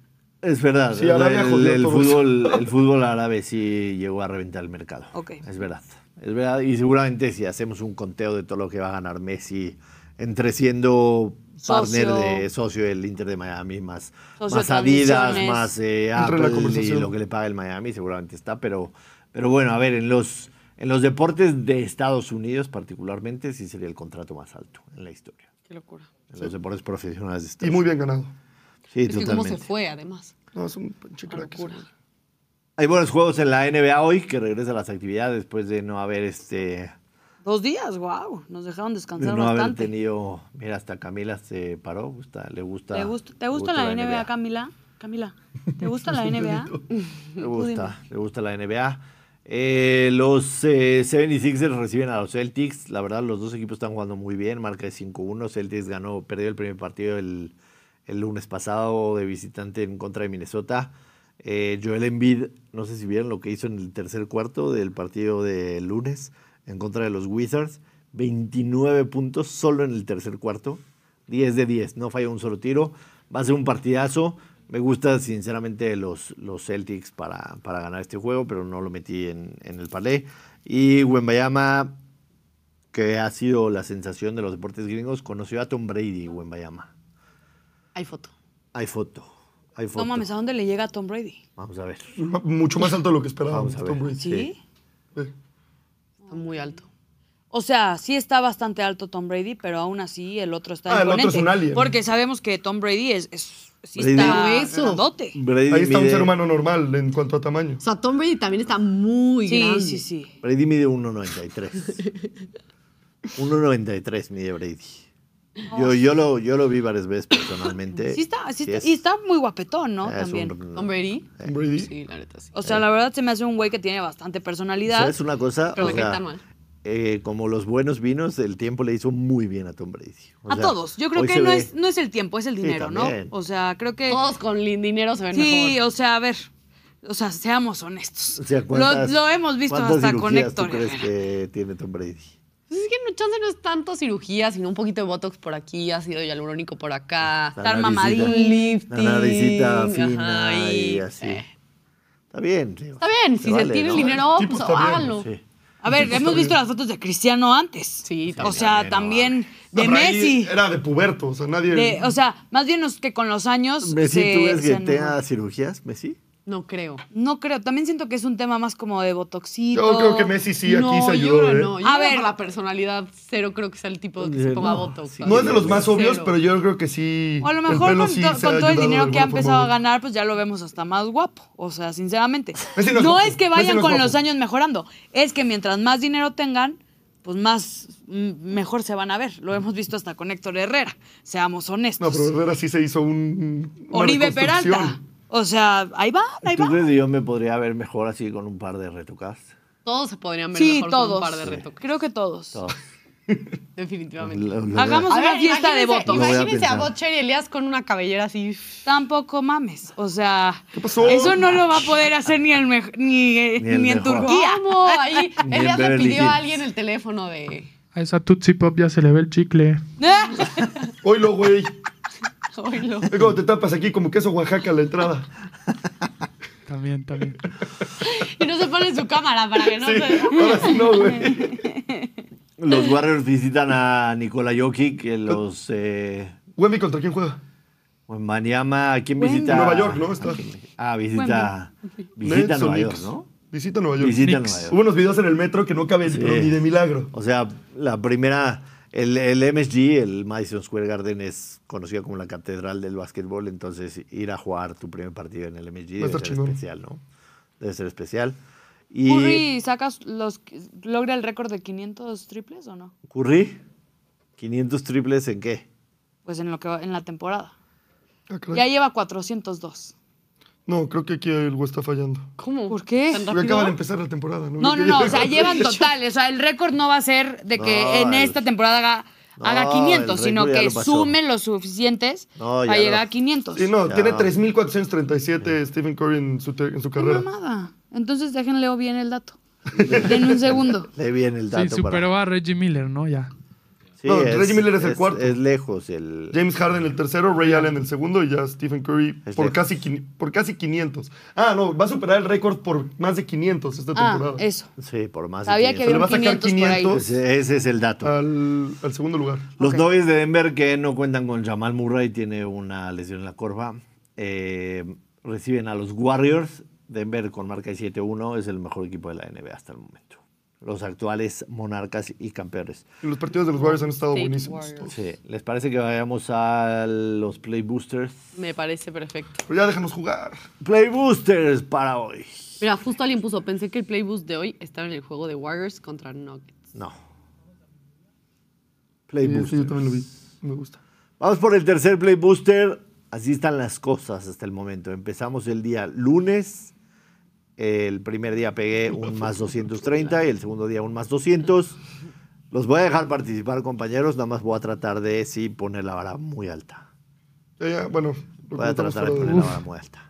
A: Es verdad.
E: Sí, Arabia
A: el,
E: jodió
A: el
E: todo eso. <laughs>
A: fútbol, el fútbol árabe sí llegó a reventar el mercado.
D: Ok.
A: Es verdad. Es verdad. Y seguramente si hacemos un conteo de todo lo que va a ganar Messi entre siendo partner
D: Socio.
A: de socio del Inter de Miami, más,
D: Socio
A: más Adidas,
D: transmisiones.
A: más eh,
E: Entra en la
A: Apple y
E: conversación.
A: lo que le paga el Miami, seguramente está. Pero, pero bueno, a ver, en los, en los deportes de Estados Unidos particularmente sí sería el contrato más alto en la historia.
C: Qué locura.
A: En los deportes profesionales de
E: Y
A: Estados
E: muy bien ganado.
A: Sí,
C: Es que cómo se
A: totalmente.
C: fue, además.
E: No, es un pinche
C: Una
E: crack. ese
C: locura.
E: güey.
A: Hay buenos juegos en la NBA hoy, que regresa a las actividades después de no haber este
D: Dos días, wow, nos dejaron
A: de
D: descansar
A: no haber
D: bastante.
A: tenido. Mira, hasta Camila se paró, gusta, le gusta.
D: ¿Te gusta, te gusta la, NBA, Camila? Camila, ¿te gusta la NBA?
A: Le gusta, le gusta la NBA. Eh, los eh, 76ers reciben a los Celtics. La verdad, los dos equipos están jugando muy bien. Marca de 5-1. Celtics ganó, perdió el primer partido el, el lunes pasado de visitante en contra de Minnesota. Eh, Joel Embiid, no sé si vieron lo que hizo en el tercer cuarto del partido de lunes en contra de los Wizards. 29 puntos solo en el tercer cuarto. 10 de 10, no falla un solo tiro. Va a ser un partidazo. Me gusta sinceramente los, los Celtics para, para ganar este juego, pero no lo metí en, en el palé. Y Wembayama, que ha sido la sensación de los deportes gringos, conoció a Tom Brady, Wembayama.
C: Hay foto.
A: Hay foto, hay foto.
D: No mames, ¿a dónde le llega Tom Brady?
A: Vamos a ver.
E: Ma- Mucho más alto de lo que esperábamos.
A: Vamos a ver.
E: Tom Brady.
D: ¿Sí?
A: Sí.
E: Sí.
C: Está muy alto.
D: O sea, sí está bastante alto Tom Brady, pero aún así el otro está
E: Ah, el otro
D: imponente.
E: es un alien.
D: Porque sabemos que Tom Brady es, es sí
A: Brady.
D: está
C: Hueso.
D: grandote.
A: Brady
E: Ahí está un
A: mide-
E: ser humano normal en cuanto a tamaño.
C: O sea, Tom Brady también está muy
D: Sí,
C: grande.
D: sí, sí.
A: Brady mide
D: <laughs>
A: 1.93. 1.93 mide Brady. Yo, yo, lo, yo lo vi varias veces personalmente.
D: Sí
A: Eh,
D: está, sí
A: Sí
D: está-
A: es-
D: y está muy guapetón, ¿no?
A: es
D: También.
A: un-
C: Tom Brady.
E: Tom Brady.
C: Sí, la neta sí.
D: O sea, la verdad se me hace un güey que tiene bastante personalidad.
A: ¿Sabes una
E: Ah,
A: cosa?
C: Pero
A: O
C: me cae
A: sea,
C: tan mal.
A: eh, como los buenos vinos, el tiempo le hizo muy bien a Tom Brady. O
D: a
A: sea,
D: todos. Yo creo
A: hoy
D: que
A: se
D: no
A: ve-
D: es, no es el tiempo, es el dinero, ¿no?
A: también.
D: O sea, creo que.
C: Todos con li- dinero se ven
D: Sí,
C: mejor.
D: o sea, a ver. O sea, seamos honestos.
A: o sea,
D: lo,
A: ¿cuántas-
D: lo hemos visto
A: cuántas
D: hasta con
A: cirugías
D: Héctor eh.
A: ¿Tú crees
D: Herrera.
A: que tiene Tom Brady?
C: Pues es que no, chance no es tanto cirugía, sino un poquito de botox por aquí, ácido hialurónico por
A: La
C: acá.
D: Estar
A: naricita-
D: mamadín.
A: La naricita
C: lifting,
A: fina
C: ajá,
A: y
C: y-
A: así.
C: eh.
A: Está bien. sí.
C: Está bien, si se
A: vale,
C: tiene
A: ¿no?
C: el dinero,
E: El tipo
C: pues
E: está bien,
C: háganlo.
A: Sí.
D: A ver, hemos visto las fotos de Cristiano antes.
C: Sí,
D: O
C: también.
D: sea,
A: también,
D: también de
E: No, pero ahí
D: Messi.
E: Era de puberto, o sea, nadie.
D: De- o sea, más bien los que con los años.
C: pues,
A: Messi,
D: se-
A: ¿tú ves
D: se
A: que
D: han-
A: tenga cirugías, Messi?
C: No creo.
D: No creo. También siento que es un tema más como de botoxito.
E: Yo creo que Messi sí aquí
C: no,
E: se
C: yo
E: ayudó.
C: creo
E: ¿eh?
C: no.
E: No,
C: Yo
D: A
C: creo
D: ver.
C: por la personalidad cero creo que sea el tipo que
A: Oye,
C: se ponga
A: no,
C: botox.
A: sí.
E: es de los más obvios,
C: Cero.
E: pero yo creo que sí.
D: O a lo
E: el
D: mejor
E: pelo
D: con,
E: sí
D: to-
E: se
D: con todo el
E: ayudado de
D: dinero que ha
E: alguna
D: empezado a
E: forma u otra.
D: ganar, pues ya lo vemos hasta más guapo. O sea,
E: <laughs>
D: sinceramente.
E: Messi
D: no
E: no es guapo.
D: es que
E: Messi
D: vayan
E: no es
D: con
E: guapo.
D: los años mejorando. Es que mientras más dinero tengan, pues más mm, mejor se van a ver. Lo hemos visto hasta con Héctor Herrera. Seamos
E: No,
D: honestos.
E: pero Herrera sí se hizo un. una
D: Oribe
E: reconstrucción.
D: Peralta. O sea, ahí va, ahí
A: ¿Tú
D: va.
A: crees que yo me podría ver mejor así con un par de retocadas?
C: Todos se podrían ver
D: Sí,
C: mejor con
D: todos.
C: un par de retoques.
D: Creo que todos.
A: Todo.
C: Definitivamente.
A: Lo- lo-
D: Hagamos
C: A
D: Pues una
C: ver,
D: fiesta de
C: imagínense-
D: votos.
A: Lo voy a
C: Imagínense a,
A: pensar.
C: Butcher y Elías con una cabellera así.
D: Tampoco mames. O sea,
E: ¿Qué pasó?
D: eso no lo va a poder hacer ni, el mej- ni, eh,
A: Ni el
D: ni en
A: mejor.
D: Turquía.
E: Ah.
C: ¿Cómo? <laughs> Ahí
A: Ni
C: Elías
A: en
C: le
A: Beverly
C: pidió a
A: Hills.
C: alguien el teléfono de.
B: A esa Tootsie Pop ya se le ve el chicle.
D: ¿Eh?
E: Oilo,
D: <laughs>
E: güey.
C: Oilo.
E: Es como te tapas aquí como queso Oaxaca a la entrada.
B: También, también.
C: Y no se pone su cámara para que no
E: Sí,
C: se vea.
E: ahora sí no,
D: <laughs>
E: güey.
A: Los Warriors visitan a Nikola Jokic, que los... Eh,
E: Wemby, ¿contra quién juega?
A: Maniama, ¿a quién visita?
E: En Nueva York, ¿no? Está.
A: ¿A quién? Ah, visita, visita
E: Nets o
A: Nueva York,
E: Knicks.
A: ¿no?
E: Visita Nueva York.
A: Visita
B: Knicks.
A: Nueva York.
E: Hubo unos videos en el metro que no caben pero ni de milagro.
A: O sea, la primera, el, el MSG, el Madison Square Garden, es conocido como la catedral del básquetbol, entonces ir a jugar tu primer partido en el MSG debe
E: estar
A: ser
E: chingón.
A: especial, ¿no? Debe ser especial. Y
D: Curry sacas los, logra el récord de 500 triples o no?
A: Curry, 500 triples en qué?
D: Pues en lo que va- en la temporada.
E: Ah, caray.
D: Ya lleva 402.
E: No, creo que aquí el güey está fallando.
C: ¿Cómo?
D: ¿Por qué?
C: ¿Tan
E: Porque acaba de
C: rápido?
E: empezar la temporada, ¿no?
D: No, no, no,
A: <laughs>
D: o sea,
E: lleva
D: llevan total, o sea, el récord no va a ser de que
A: No,
D: en
A: el-
D: esta temporada haga, haga
A: No,
D: 500,
A: el
D: sino
A: récord ya
D: que
A: lo pasó.
D: sume los suficientes
A: No, ya
D: para
A: lo-
D: llegar a 500.
E: Sí, no,
A: Ya.
E: tiene 3.437 Stephen Curry en su, te- en su
D: ¡Qué
E: carrera.
D: mamada! Entonces déjenle bien el dato. en un segundo.
A: Le viene el
B: Sí,
A: dato
B: superó
A: para...
B: a Reggie Miller, ¿no? Ya.
A: Sí,
E: No, Reggie Miller es el cuarto.
A: Es lejos el...
E: James Harden el tercero, Ray Allen el segundo y ya Stephen Curry
A: Es
E: por
A: lejos.
E: casi, quin- por casi 500. Ah, no, va a superar el récord por más de 500 <laughs> esta
D: Ah,
E: temporada.
D: eso.
A: Sí, por más de
D: Sabía que
A: 500.
D: había
E: va
D: un
E: a sacar
D: 500 por ahí.
E: 500.
A: Pues ese es el dato.
E: al, al segundo lugar.
A: Los
D: Ok.
A: Nuggets de Denver que no cuentan con Jamal Murray, tiene una lesión en la corva. Eh, reciben a los Warriors. Denver con marca de 7-1 es el mejor equipo de la NBA hasta el momento. Los actuales monarcas y campeones.
E: Y los partidos de los Warriors han estado
C: State
E: buenísimos.
C: Warriors.
A: Sí, ¿Les parece que vayamos a los Play Boosters?
C: Me parece perfecto.
E: Pero ya déjanos jugar.
A: Play Boosters para hoy.
C: Mira, justo alguien puso, pensé que el playboost de hoy estaba en el juego de Warriors contra Nuggets.
A: No. Play
E: Sí, sí, yo
A: Boosters.
E: también lo vi. Me gusta.
A: Vamos por el tercer Play Booster. Así están las cosas hasta el momento. Empezamos el día lunes. El primer día pegué
E: <laughs>
A: un más 230 y el segundo día un más 200. Los voy a dejar participar, compañeros. Nada más voy a tratar de sí poner la vara muy alta.
E: Ya, ya, bueno. lo
A: Voy a
E: comentamos
A: tratar de
E: fuera
A: poner
E: de-
A: la vara muy alta.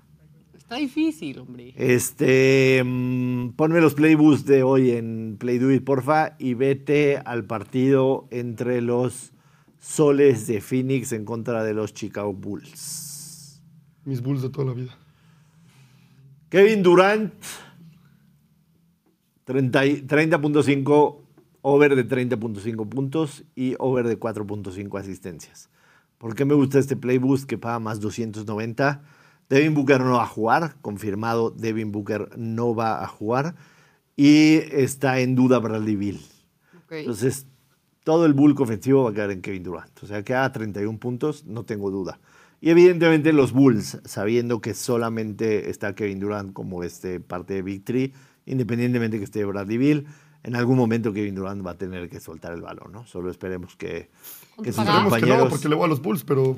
C: Está difícil, hombre.
A: Este, mm, ponme los playbooks de hoy en Play Do It, porfa, y vete al partido entre los soles de Phoenix en contra de los Chicago Bulls.
E: Mis Bulls de toda la vida.
A: Kevin Durant, 30 y- 30.5, over de 30.5 puntos y over de 4.5 asistencias. ¿Por qué me gusta este playboost que paga más 290? Devin Booker no va a jugar, confirmado, Devin Booker no va a jugar. Y está en duda Bradley Bill.
C: Ok.
A: Entonces, todo el bulk ofensivo va a quedar en Kevin Durant. O sea, que haga 31 puntos, no tengo duda. Y evidentemente los Bulls, sabiendo que solamente está Kevin Durant como este parte de Big Three, independientemente que esté Bradley Bill, en algún momento Kevin Durant va a tener que soltar el balón, ¿no? Solo esperemos que, que sus
C: Ojalá.
E: Esperemos que no,
A: compañeros,
E: porque le voy a los Bulls, pero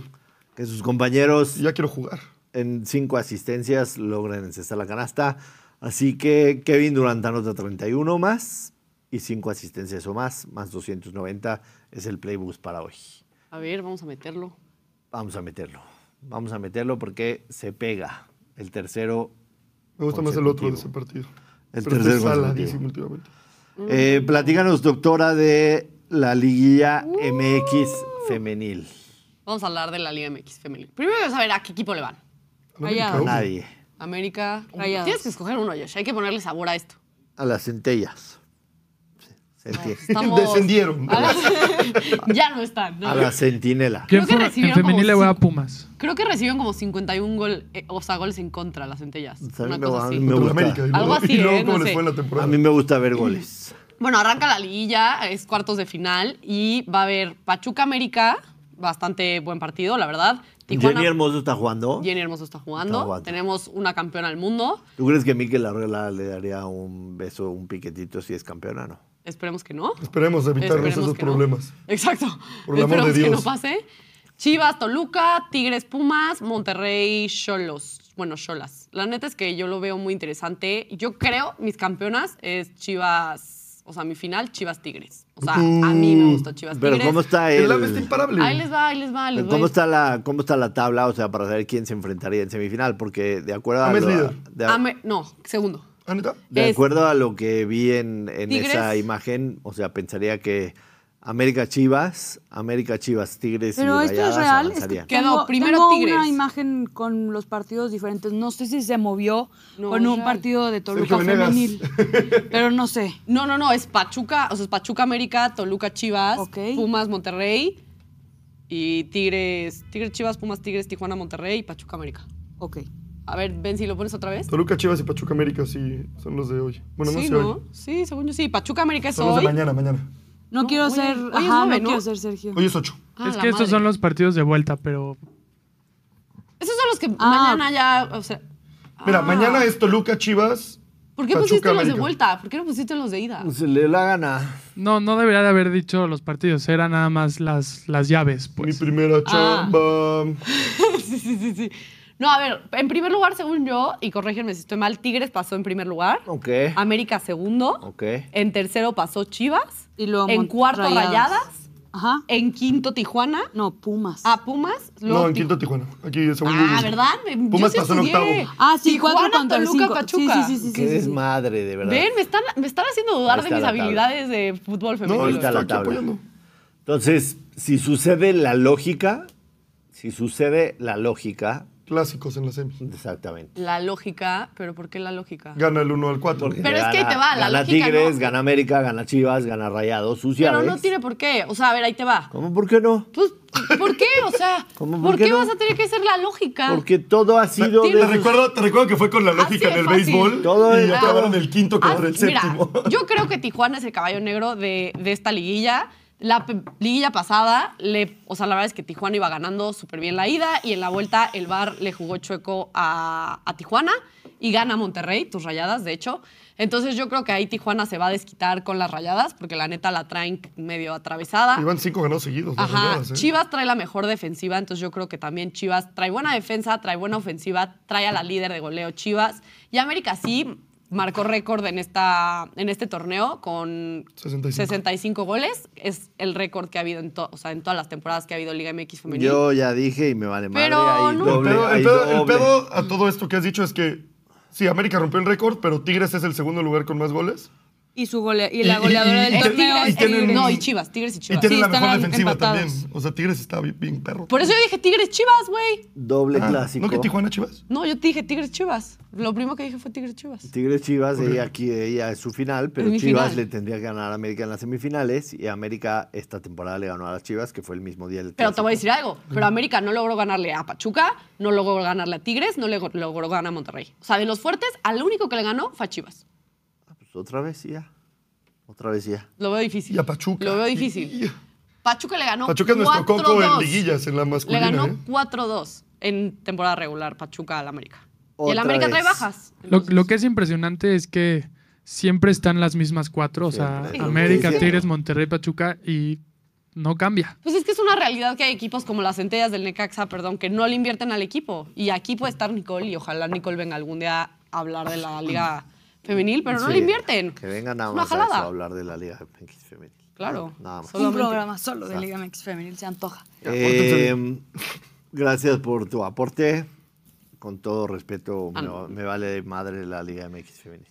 A: que sus compañeros
E: ya quiero jugar.
A: en cinco asistencias logran encestar la canasta. Así que Kevin Durant anota 31 más y cinco asistencias o más, más 290 es el playboost para hoy.
C: A ver, vamos a meterlo.
A: Vamos a meterlo. Vamos a meterlo porque se pega. El tercero.
E: Me gusta más el otro de ese
A: Consecutivo.
E: partido.
A: El
E: Pero
A: tercero
E: está
A: consecutivo.
E: saladísimo últimamente.
A: Eh, platícanos, doctora, de la liguilla MX femenil.
C: Vamos a hablar de la Liga MX femenil. Primero vamos a ver a qué equipo le van.
E: Al
C: Ah,
D: Allá.
E: América, obvio.
A: Nadie.
C: América.
D: Rayadas.
C: Tienes que escoger uno, Josh. Hay que ponerle sabor a esto.
A: A las centellas. Sí, Enti-
C: Estamos-
E: <laughs> Descendieron.
C: A la- <laughs> ya no están. ¿no?
A: A la centinela.
C: Creo
B: ¿Quién
C: que
B: fue? En
C: recibieron como
B: femenil le voy a
C: cinco.
B: Pumas.
C: Creo que recibieron como 51 gol, eh, o sea, goles en contra las centellas. Una
A: me
C: cosa
A: va-
C: así.
A: me
E: Contra
A: gusta.
E: América. Y
C: Algo
E: luego,
C: así,
E: <laughs> y luego
C: ¿eh?
E: cómo
C: No
E: les
C: ¿eh? sé.
E: fue en la
A: A
E: temporada.
A: mí me gusta ver goles.
C: Bueno, arranca la liguilla, es cuartos de final y va a haber Pachuca América, bastante buen partido, la verdad.
A: Jenny Hermoso está jugando.
C: Jenny Hermoso está jugando.
A: Está jugando.
C: Tenemos una campeona al mundo.
A: ¿Tú crees que Mikel Arreola le daría un beso, un piquetito si es campeona no?
C: Esperemos que no. <laughs>
E: Esperemos evitarnos
C: Esperemos
E: esos
C: que no.
E: problemas.
C: Exacto.
E: Por el amor
C: Esperemos
E: de
C: que no
E: Dios.
C: pase. Chivas, Toluca, Tigres, Pumas, Monterrey, Cholos. Bueno, Cholas. La neta es que yo lo veo muy interesante. Yo creo, mis campeonas es Chivas, o sea, mi final, Chivas Tigres. O sea, a mí me gusta Chivas
A: Pero
C: Tigres.
A: ¿cómo está
E: El
A: el,
E: AME está imparable.
C: Ahí les va, ahí les va. Les
A: pero
C: voy a
A: ¿cómo, está la, ¿Cómo está la tabla? O sea, para saber quién se enfrentaría en semifinal, porque de acuerdo a,
E: AME es
A: lo,
E: líder.
A: de, a-
C: Ame- no, segundo.
E: ¿Ah, neta?
A: de
C: es-
A: acuerdo a lo que vi en, en
C: Tigres.
A: esa imagen, o sea, pensaría que América Chivas, América Chivas, Tigres
D: Pero
A: y
D: esto es
A: Rayadas
D: real. Es que
A: avanzarían.
C: Quedó
D: tengo,
C: primero
D: tengo
C: Tigres.
D: una imagen con los partidos diferentes. No sé si se movió
C: No,
D: con
C: es
D: un
C: real.
D: partido de Toluca
E: Sergio Venegas. <laughs>
D: femenil. Pero no sé.
C: No, no, no, es Pachuca, o sea, es Pachuca América, Toluca Chivas,
D: Ok.
C: Pumas Monterrey y Tigres, Tigres Chivas, Pumas Tigres, Tijuana Monterrey y Pachuca América.
D: Ok.
C: A ver, ven si lo pones otra vez.
E: Toluca, Chivas y Pachuca América sí son los de hoy. Bueno, no
C: sí,
E: sé hoy.
C: Sí, según yo sí. Pachuca América es
E: Son los de
C: hoy.
E: mañana, mañana.
D: No,
C: No,
D: quiero
C: oye,
D: ser.
C: oye, es
D: ajá, no
C: nueve,
D: quiero
C: ¿no?
D: ser Sergio.
E: Hoy es 8.
C: Ah,
B: es
C: la
B: que estos
C: madre.
B: son los partidos de vuelta, pero
C: Esos son los que
D: Ah.
C: mañana ya, o sea...
E: Mira,
C: ah.
E: mañana es Toluca, Chivas.
C: ¿Por qué
E: Pachuca,
C: pusiste los de
E: América.
C: vuelta? ¿Por qué no pusiste los de ida?
A: Se le la gana.
B: no, no debería de haber dicho los partidos, era nada más las, las llaves,
E: Mi
B: pues.
C: Ah.
E: primera chamba.
C: sí, sí, sí, sí. No, a ver, en primer lugar, según yo, y corrígenme si estoy mal, Tigres pasó en primer lugar.
A: Ok.
D: Ah,
C: América segundo.
A: Ok.
C: En tercero pasó Chivas.
D: Y luego
C: en
D: Mont-
C: cuarto Rayadas. Ah,
D: Rayadas. Ajá.
C: En quinto Tijuana.
D: No, Pumas.
C: A Pumas. luego
E: No, en
C: Ti-
E: quinto Tijuana. Aquí el segundo.
C: Ah,
E: lugar.
C: ¿verdad? Yo
E: Pumas
C: sí
E: pasó en
C: estudié.
E: octavo.
D: Ah, sí,
C: Tijuana,
D: cuatro contra
C: Toluca,
D: cinco.
C: Pachuca.
D: Sí, sí, sí,
A: Qué
D: sí. sí, sí.
A: desmadre, de verdad.
C: Ven, me están, me están haciendo
A: Ahí
C: dudar de
A: está
C: mis
A: la tabla.
C: habilidades de fútbol femenino.
E: No, yo
A: está
E: estoy
A: la
E: aquí
A: tabla.
E: apoyando.
A: Entonces, si sucede la lógica, si sucede la lógica,
E: Clásicos en la semi.
A: exactamente.
C: La lógica, pero ¿por qué la lógica?
E: Gana el 1 al 4.
A: Porque
C: Pero es que ahí te va, la
A: Gana
C: lógica,
A: Tigres,
C: ¿no?
A: gana América, gana Chivas, gana Rayados, sus
C: Pero no
A: llaves.
C: tiene por qué. O sea, a ver, ahí te va.
A: ¿Cómo? ¿Por qué no?
C: Pues, ¿por qué? O sea,
A: ¿Cómo?
C: ¿por,
A: ¿Por qué
C: qué
A: no?
C: vas a tener que ser la lógica?
A: Porque todo ha sido
E: Te
A: de esos-
E: recuerdo, te recuerdo que fue con la lógica
C: Así de
E: del
C: Ah, fácil.
E: béisbol
A: Todo
E: y
A: es-
E: acabaron el quinto
C: Ah,
E: contra el
C: mira,
E: séptimo. <laughs>
C: yo creo que Tijuana es el caballo negro de, de esta liguilla. La pe- liguilla pasada, le, o sea, la verdad es que Tijuana iba ganando súper bien la ida y en la vuelta el bar le jugó chueco a, a Tijuana y gana Monterrey, tus rayadas, de hecho. Entonces yo creo que ahí Tijuana se va a desquitar con las rayadas porque la neta la traen medio atravesada.
E: Iban cinco ganados seguidos.
C: Ah.
E: las
C: Ajá,
E: rayadas, ¿eh?
C: Chivas trae la mejor defensiva, entonces yo creo que también Chivas trae buena defensa, trae buena ofensiva, trae a la líder de goleo Chivas. Y América sí marcó récord en, esta, en este torneo con
E: 65.
C: 65 goles. Es el récord que ha habido en, to- o sea, en todas las temporadas que ha habido Liga MX femenil.
A: Yo ya dije y me vale madre.
C: Pero
A: hay
C: no.
E: El
A: doble,
E: pedo,
A: hay
E: el pedo- el
A: doble.
E: pedo a todo esto que has dicho es que sí, América rompió el récord, pero Tigres es el segundo lugar con más goles.
D: Y, su golea- y
E: Y- <laughs>
D: la
E: y-
D: goleadora
E: y-
D: del
E: y-
D: torneo
E: y
D: es
E: tienen-
D: Tigres.
C: No, y Chivas, Tigres y
E: Y
C: Chivas.
E: tiene
D: Sí,
E: la mejor
D: están
E: defensiva
D: empatados.
E: también. O sea, Tigres está bien, bien perro.
C: Por eso yo dije Tigres Chivas, güey.
A: Doble
E: Ah,
A: clásico.
E: ¿No que Tijuana Chivas?
C: No, yo te dije Tigres Chivas. Lo primero que dije fue Tigres Chivas.
A: Tigres Chivas, ella aquí ella es su final, pero
C: Es mi
A: Chivas
C: final.
A: le tendría que ganar a América en las semifinales y América esta temporada le ganó a las Chivas, que fue el mismo día del
C: Pero te voy a
A: clásico.
C: decir algo. Pero América no logró ganarle a Pachuca, no logró ganarle a Tigres, no le logró ganar a Monterrey. O sea, de los fuertes, al único que le ganó fue a Chivas.
A: Pues otra vez y ya. Otra vez y ya.
C: Lo veo difícil.
E: Y a Pachuca.
C: Lo veo
E: Y- y-
C: difícil. Pachuca le ganó
E: Pachuca es nuestro coco en
C: 4-2.
E: liguillas, en la
C: Le
E: masculina.
C: ganó
E: ¿eh?
C: 4-2 en temporada regular Pachuca al América. y el
A: Otra
C: América trae
A: vez.
C: bajas.
B: Lo,
C: Entonces,
B: lo que es impresionante es que siempre están las mismas cuatro, o sea,
A: Siempre.
C: Sí.
B: América,
A: Sí, sí.
B: Tigres, Monterrey, Pachuca y no cambia.
C: Pues es que es una realidad que hay equipos como las centellas del Necaxa, perdón, que no le invierten al equipo. Y aquí puede estar Nicole y ojalá Nicole venga algún día a hablar de la liga femenil, pero no
A: Sí,
C: le invierten.
A: Que vengan nada
C: Es una
A: más a eso,
C: jalada.
A: a hablar de la Liga MX femenil.
C: Claro.
A: Nada más.
D: Un
C: Solamente.
D: programa solo de Liga MX Femenil se antoja.
A: Eh, <laughs> gracias por tu aporte. Con todo respeto, me, me vale madre la Liga MX femenil.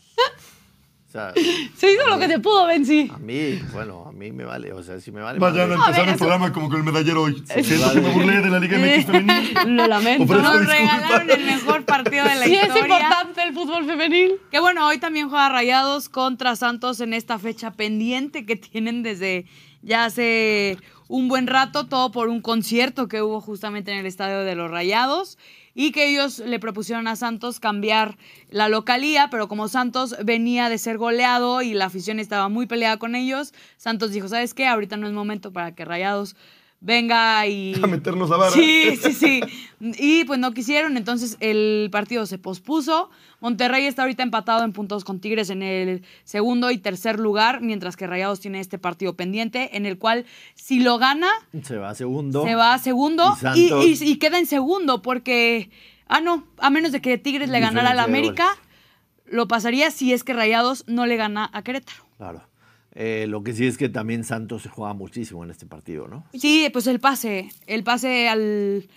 A: O sea, sea,
C: Se hizo lo que se pudo, Benzi.
A: a mí, bueno, a mí me vale. O sea, si me vale.
E: Vayan
A: madre.
E: a empezar
C: ver,
E: el
C: eso-
E: programa como con el medallero hoy. Siento que me burlé de la Liga MX femenil.
C: Lo lamento.
E: Ofrezco
D: Nos
E: disculpas.
D: regalaron el mejor partido de la
C: Sí
D: historia.
C: es importante el fútbol femenil.
D: Que bueno, hoy también juega Rayados contra Santos en esta fecha pendiente que tienen desde ya hace un buen rato, todo por un concierto que hubo justamente en el estadio de los Rayados y que ellos le propusieron a Santos cambiar la localía, pero como Santos venía de ser goleado y la afición estaba muy peleada con ellos, Santos dijo, ¿sabes qué? Ahorita no es momento para que Rayados venga y...
E: A meternos la vara.
D: Sí, sí, sí.
A: <laughs>
D: Y pues no quisieron, entonces el partido se pospuso. Monterrey está ahorita empatado en puntos con Tigres en el segundo y tercer lugar, mientras que Rayados tiene este partido pendiente, en el cual si lo gana,
A: Se va a segundo.
D: se va a
A: Y
D: segundo y,
A: Santos.
D: y- y queda en segundo, porque, ah, no, a menos de que Tigres le ganara al
A: Diferencia de
D: América, lo pasaría si es que Rayados no le gana a Querétaro.
A: Claro. Eh, lo que sí es que también Santos se juega muchísimo en este partido, ¿no?
D: Sí, pues el pase, el pase al...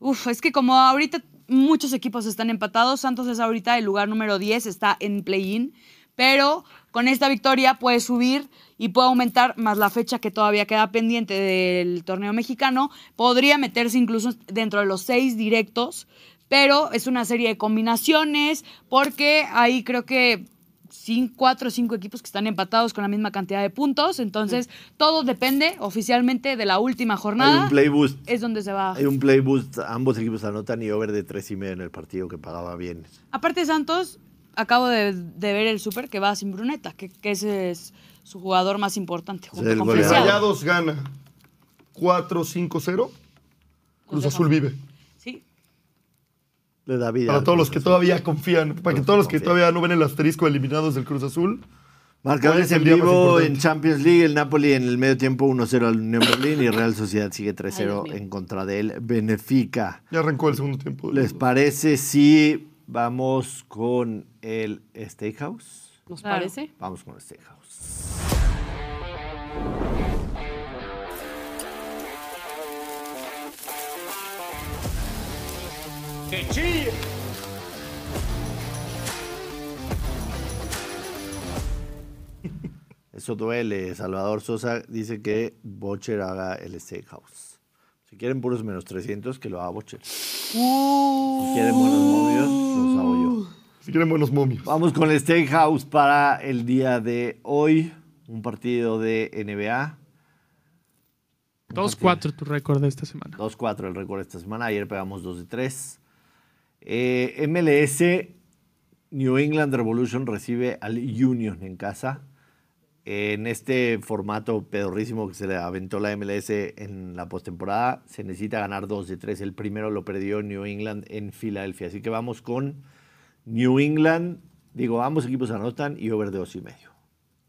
D: Uf, es que como ahorita muchos equipos están empatados, Santos es ahorita el lugar número 10, está en play-in, pero con esta victoria puede subir y puede aumentar más la fecha que todavía queda pendiente del torneo mexicano, podría meterse incluso dentro de los seis directos, pero es una serie de combinaciones porque ahí creo que cin- cuatro o cinco equipos que están empatados con la misma cantidad de puntos, entonces todo depende oficialmente de la última
C: Ah.
A: Hay
D: jornada.
A: un play boost.
D: Es donde se va.
A: Hay un play boost. Ambos equipos anotan y over de tres y medio en el partido que pagaba bien.
D: Aparte Santos, acabo de, de ver el Super que va sin Bruneta, que, que ese es su jugador más importante junto
A: el
D: con
E: Si
A: goleador.
D: Preciado.
E: Rayados gana 4-5-0, Cruz Azul vive.
D: Sí.
A: Le da vida.
E: Para
A: al
E: todos los
A: Cruz
E: que
A: Azul.
E: todavía confían, para que
A: Los
E: todos los
A: que
E: que todavía no ven el asterisco eliminados del Cruz Azul, ¿Cuál
A: Marcadores
E: es el
A: en
E: día más
A: vivo
E: importante?
A: en Champions League, el Napoli en el medio tiempo 1-0 al Unión Berlín y Real Sociedad sigue
C: Ay,
A: 3-0
C: Dios mío.
A: en contra del Benefica.
E: ya arrancó el segundo tiempo.
A: ¿Les parece si vamos con el Steakhouse?
C: ¿Nos
D: Claro.
C: parece?
A: Vamos con el Steakhouse. <laughs> Eso duele. Salvador Sosa dice que Bocher haga el Steakhouse. Si quieren puros menos 300, que lo haga Bocher. Si quieren buenos movios, los hago yo.
E: Si quieren buenos momios.
A: Vamos con el Steakhouse para el día de hoy. Un partido de NBA.
B: 2-4 tu récord de esta semana.
A: 2-4 el récord esta semana. Ayer pegamos 2 de 3. Eh, MLS New England Revolution recibe al Union en casa. En este formato pedorrísimo que se le aventó la MLS en la postemporada, se necesita ganar 2 de 3. El primero lo perdió New England en Filadelfia. Así que vamos con New England. Digo, ambos equipos anotan y over de 2 y medio.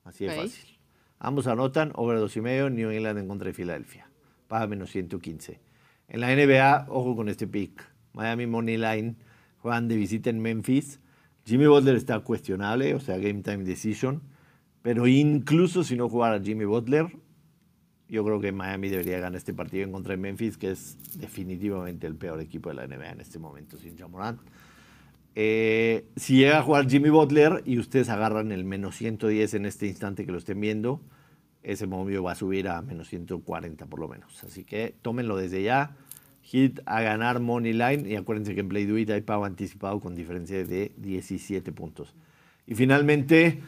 A: Así de
C: Ok.
A: fácil. Ambos anotan, over 2 y medio, New England en contra de Filadelfia. Paga menos 115. En la NBA, ojo con este pick. Miami Money Line juegan de visita en Memphis. Jimmy Butler está cuestionable, o sea, game time decision. Pero incluso si no jugara Jimmy Butler, yo creo que Miami debería ganar este partido en contra de Memphis, que es definitivamente el peor equipo de la NBA en este momento, sin Jamorant. Eh, si llega a jugar Jimmy Butler y ustedes agarran el menos 110 en este instante que lo estén viendo, ese momio va a subir a menos 140 por lo menos. Así que tómenlo desde ya. Hit a ganar Money Line. Y acuérdense que en Play Do It hay pago anticipado con diferencia de 17 puntos. Y finalmente,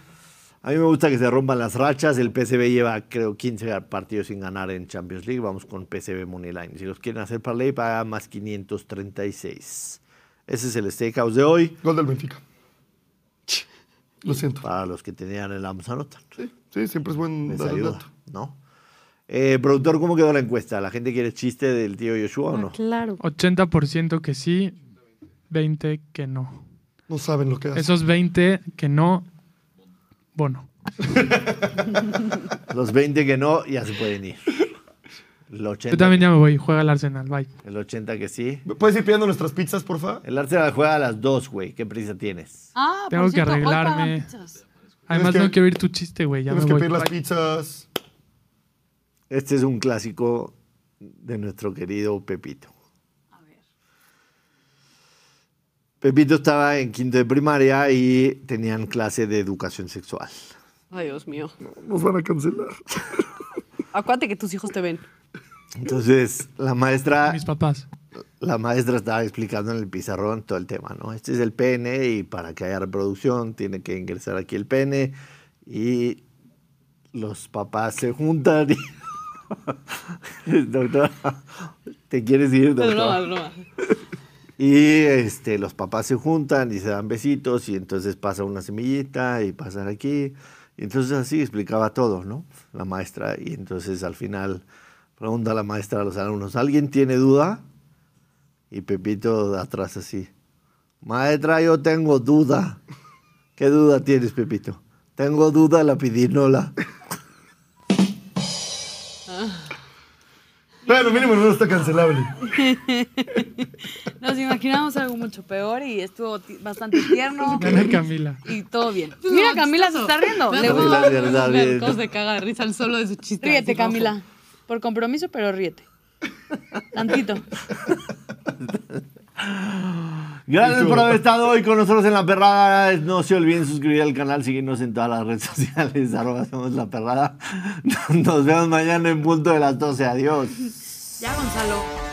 A: a mí me gusta que se rompan las rachas. El PCB lleva, creo, 15 partidos sin ganar en Champions League. Vamos con PCB Money Line. Si los quieren hacer para ley, paga más 536. Ese es el Steakhouse de hoy.
E: Gol del Benfica. Lo siento.
A: Para los que tenían el Vamos Anotan.
E: Sí, sí, siempre es buen
A: Les
E: dar el
A: ayuda,
E: dato.
A: ¿no? Eh, productor, ¿cómo quedó la encuesta? ¿La gente quiere chiste del tío Joshua o no?
C: Claro.
B: 80% que sí, 20 que no.
E: No saben lo que hacen.
B: Esos 20 que no, bono.
A: Los 20 que no, ya se pueden ir. El 80,
B: Yo también ya me voy, juega el Arsenal, bye.
A: el 80 que sí.
E: ¿Puedes ir pidiendo nuestras pizzas, porfa?
A: El Arsenal juega a las 2, güey. ¿Qué prisa tienes?
D: Ah, por
B: Tengo que
D: cierto, hoy pagan
B: arreglarme.
D: pizzas.
B: Además
E: que-
B: no quiero oír tu chiste, güey, ya me
E: Tienes que
B: voy.
E: pedir las
B: Bye.
E: pizzas.
A: Este es un clásico de nuestro querido Pepito. Pepito estaba en quinto de primaria y tenían clase de educación sexual.
C: Ay, Dios mío.
E: Nos van a cancelar.
C: Acuérdate que tus hijos te ven.
A: Entonces, la maestra
B: Mis papás.
A: la maestra estaba explicando en el pizarrón todo el tema, ¿no? Este es el pene y para que haya reproducción tiene que ingresar aquí el pene y los papás se juntan <laughs> y... doctora, ¿te quieres ir,
C: Es broma,
A: doctora?
C: es broma.
A: Y este, los papás se juntan y se dan besitos y entonces pasa una semillita y pasan aquí. Y entonces así explicaba todo, ¿no? La maestra. Y entonces al final pregunta la maestra a los alumnos, ¿alguien tiene duda? Y Pepito de atrás así, maestra, yo tengo duda. ¿Qué duda tienes, Pepito? Tengo duda la pidinola.
E: Bueno, mínimo no está cancelable.
D: Nos imaginamos algo mucho peor y estuvo ti- bastante tierno
B: Gané Camila.
D: y todo bien. Mira, Camila se está riendo.
C: Me
D: Le
A: Camila,
D: gusta.
A: de verdad,
C: me
A: bien.
C: acabo de cagar de risa al solo de su chiste. Así
D: Ríete,
C: rojo.
D: Camila. Por compromiso, pero ríete. Tantito.
A: Gracias por haber estado hoy con nosotros en La Perrada. No se olviden suscribir al canal, seguirnos en todas las redes <laughs> sociales, arroba somos La <laughs> Perrada. Nos vemos mañana en punto de las 12. Adiós.
D: Ya, Gonzalo.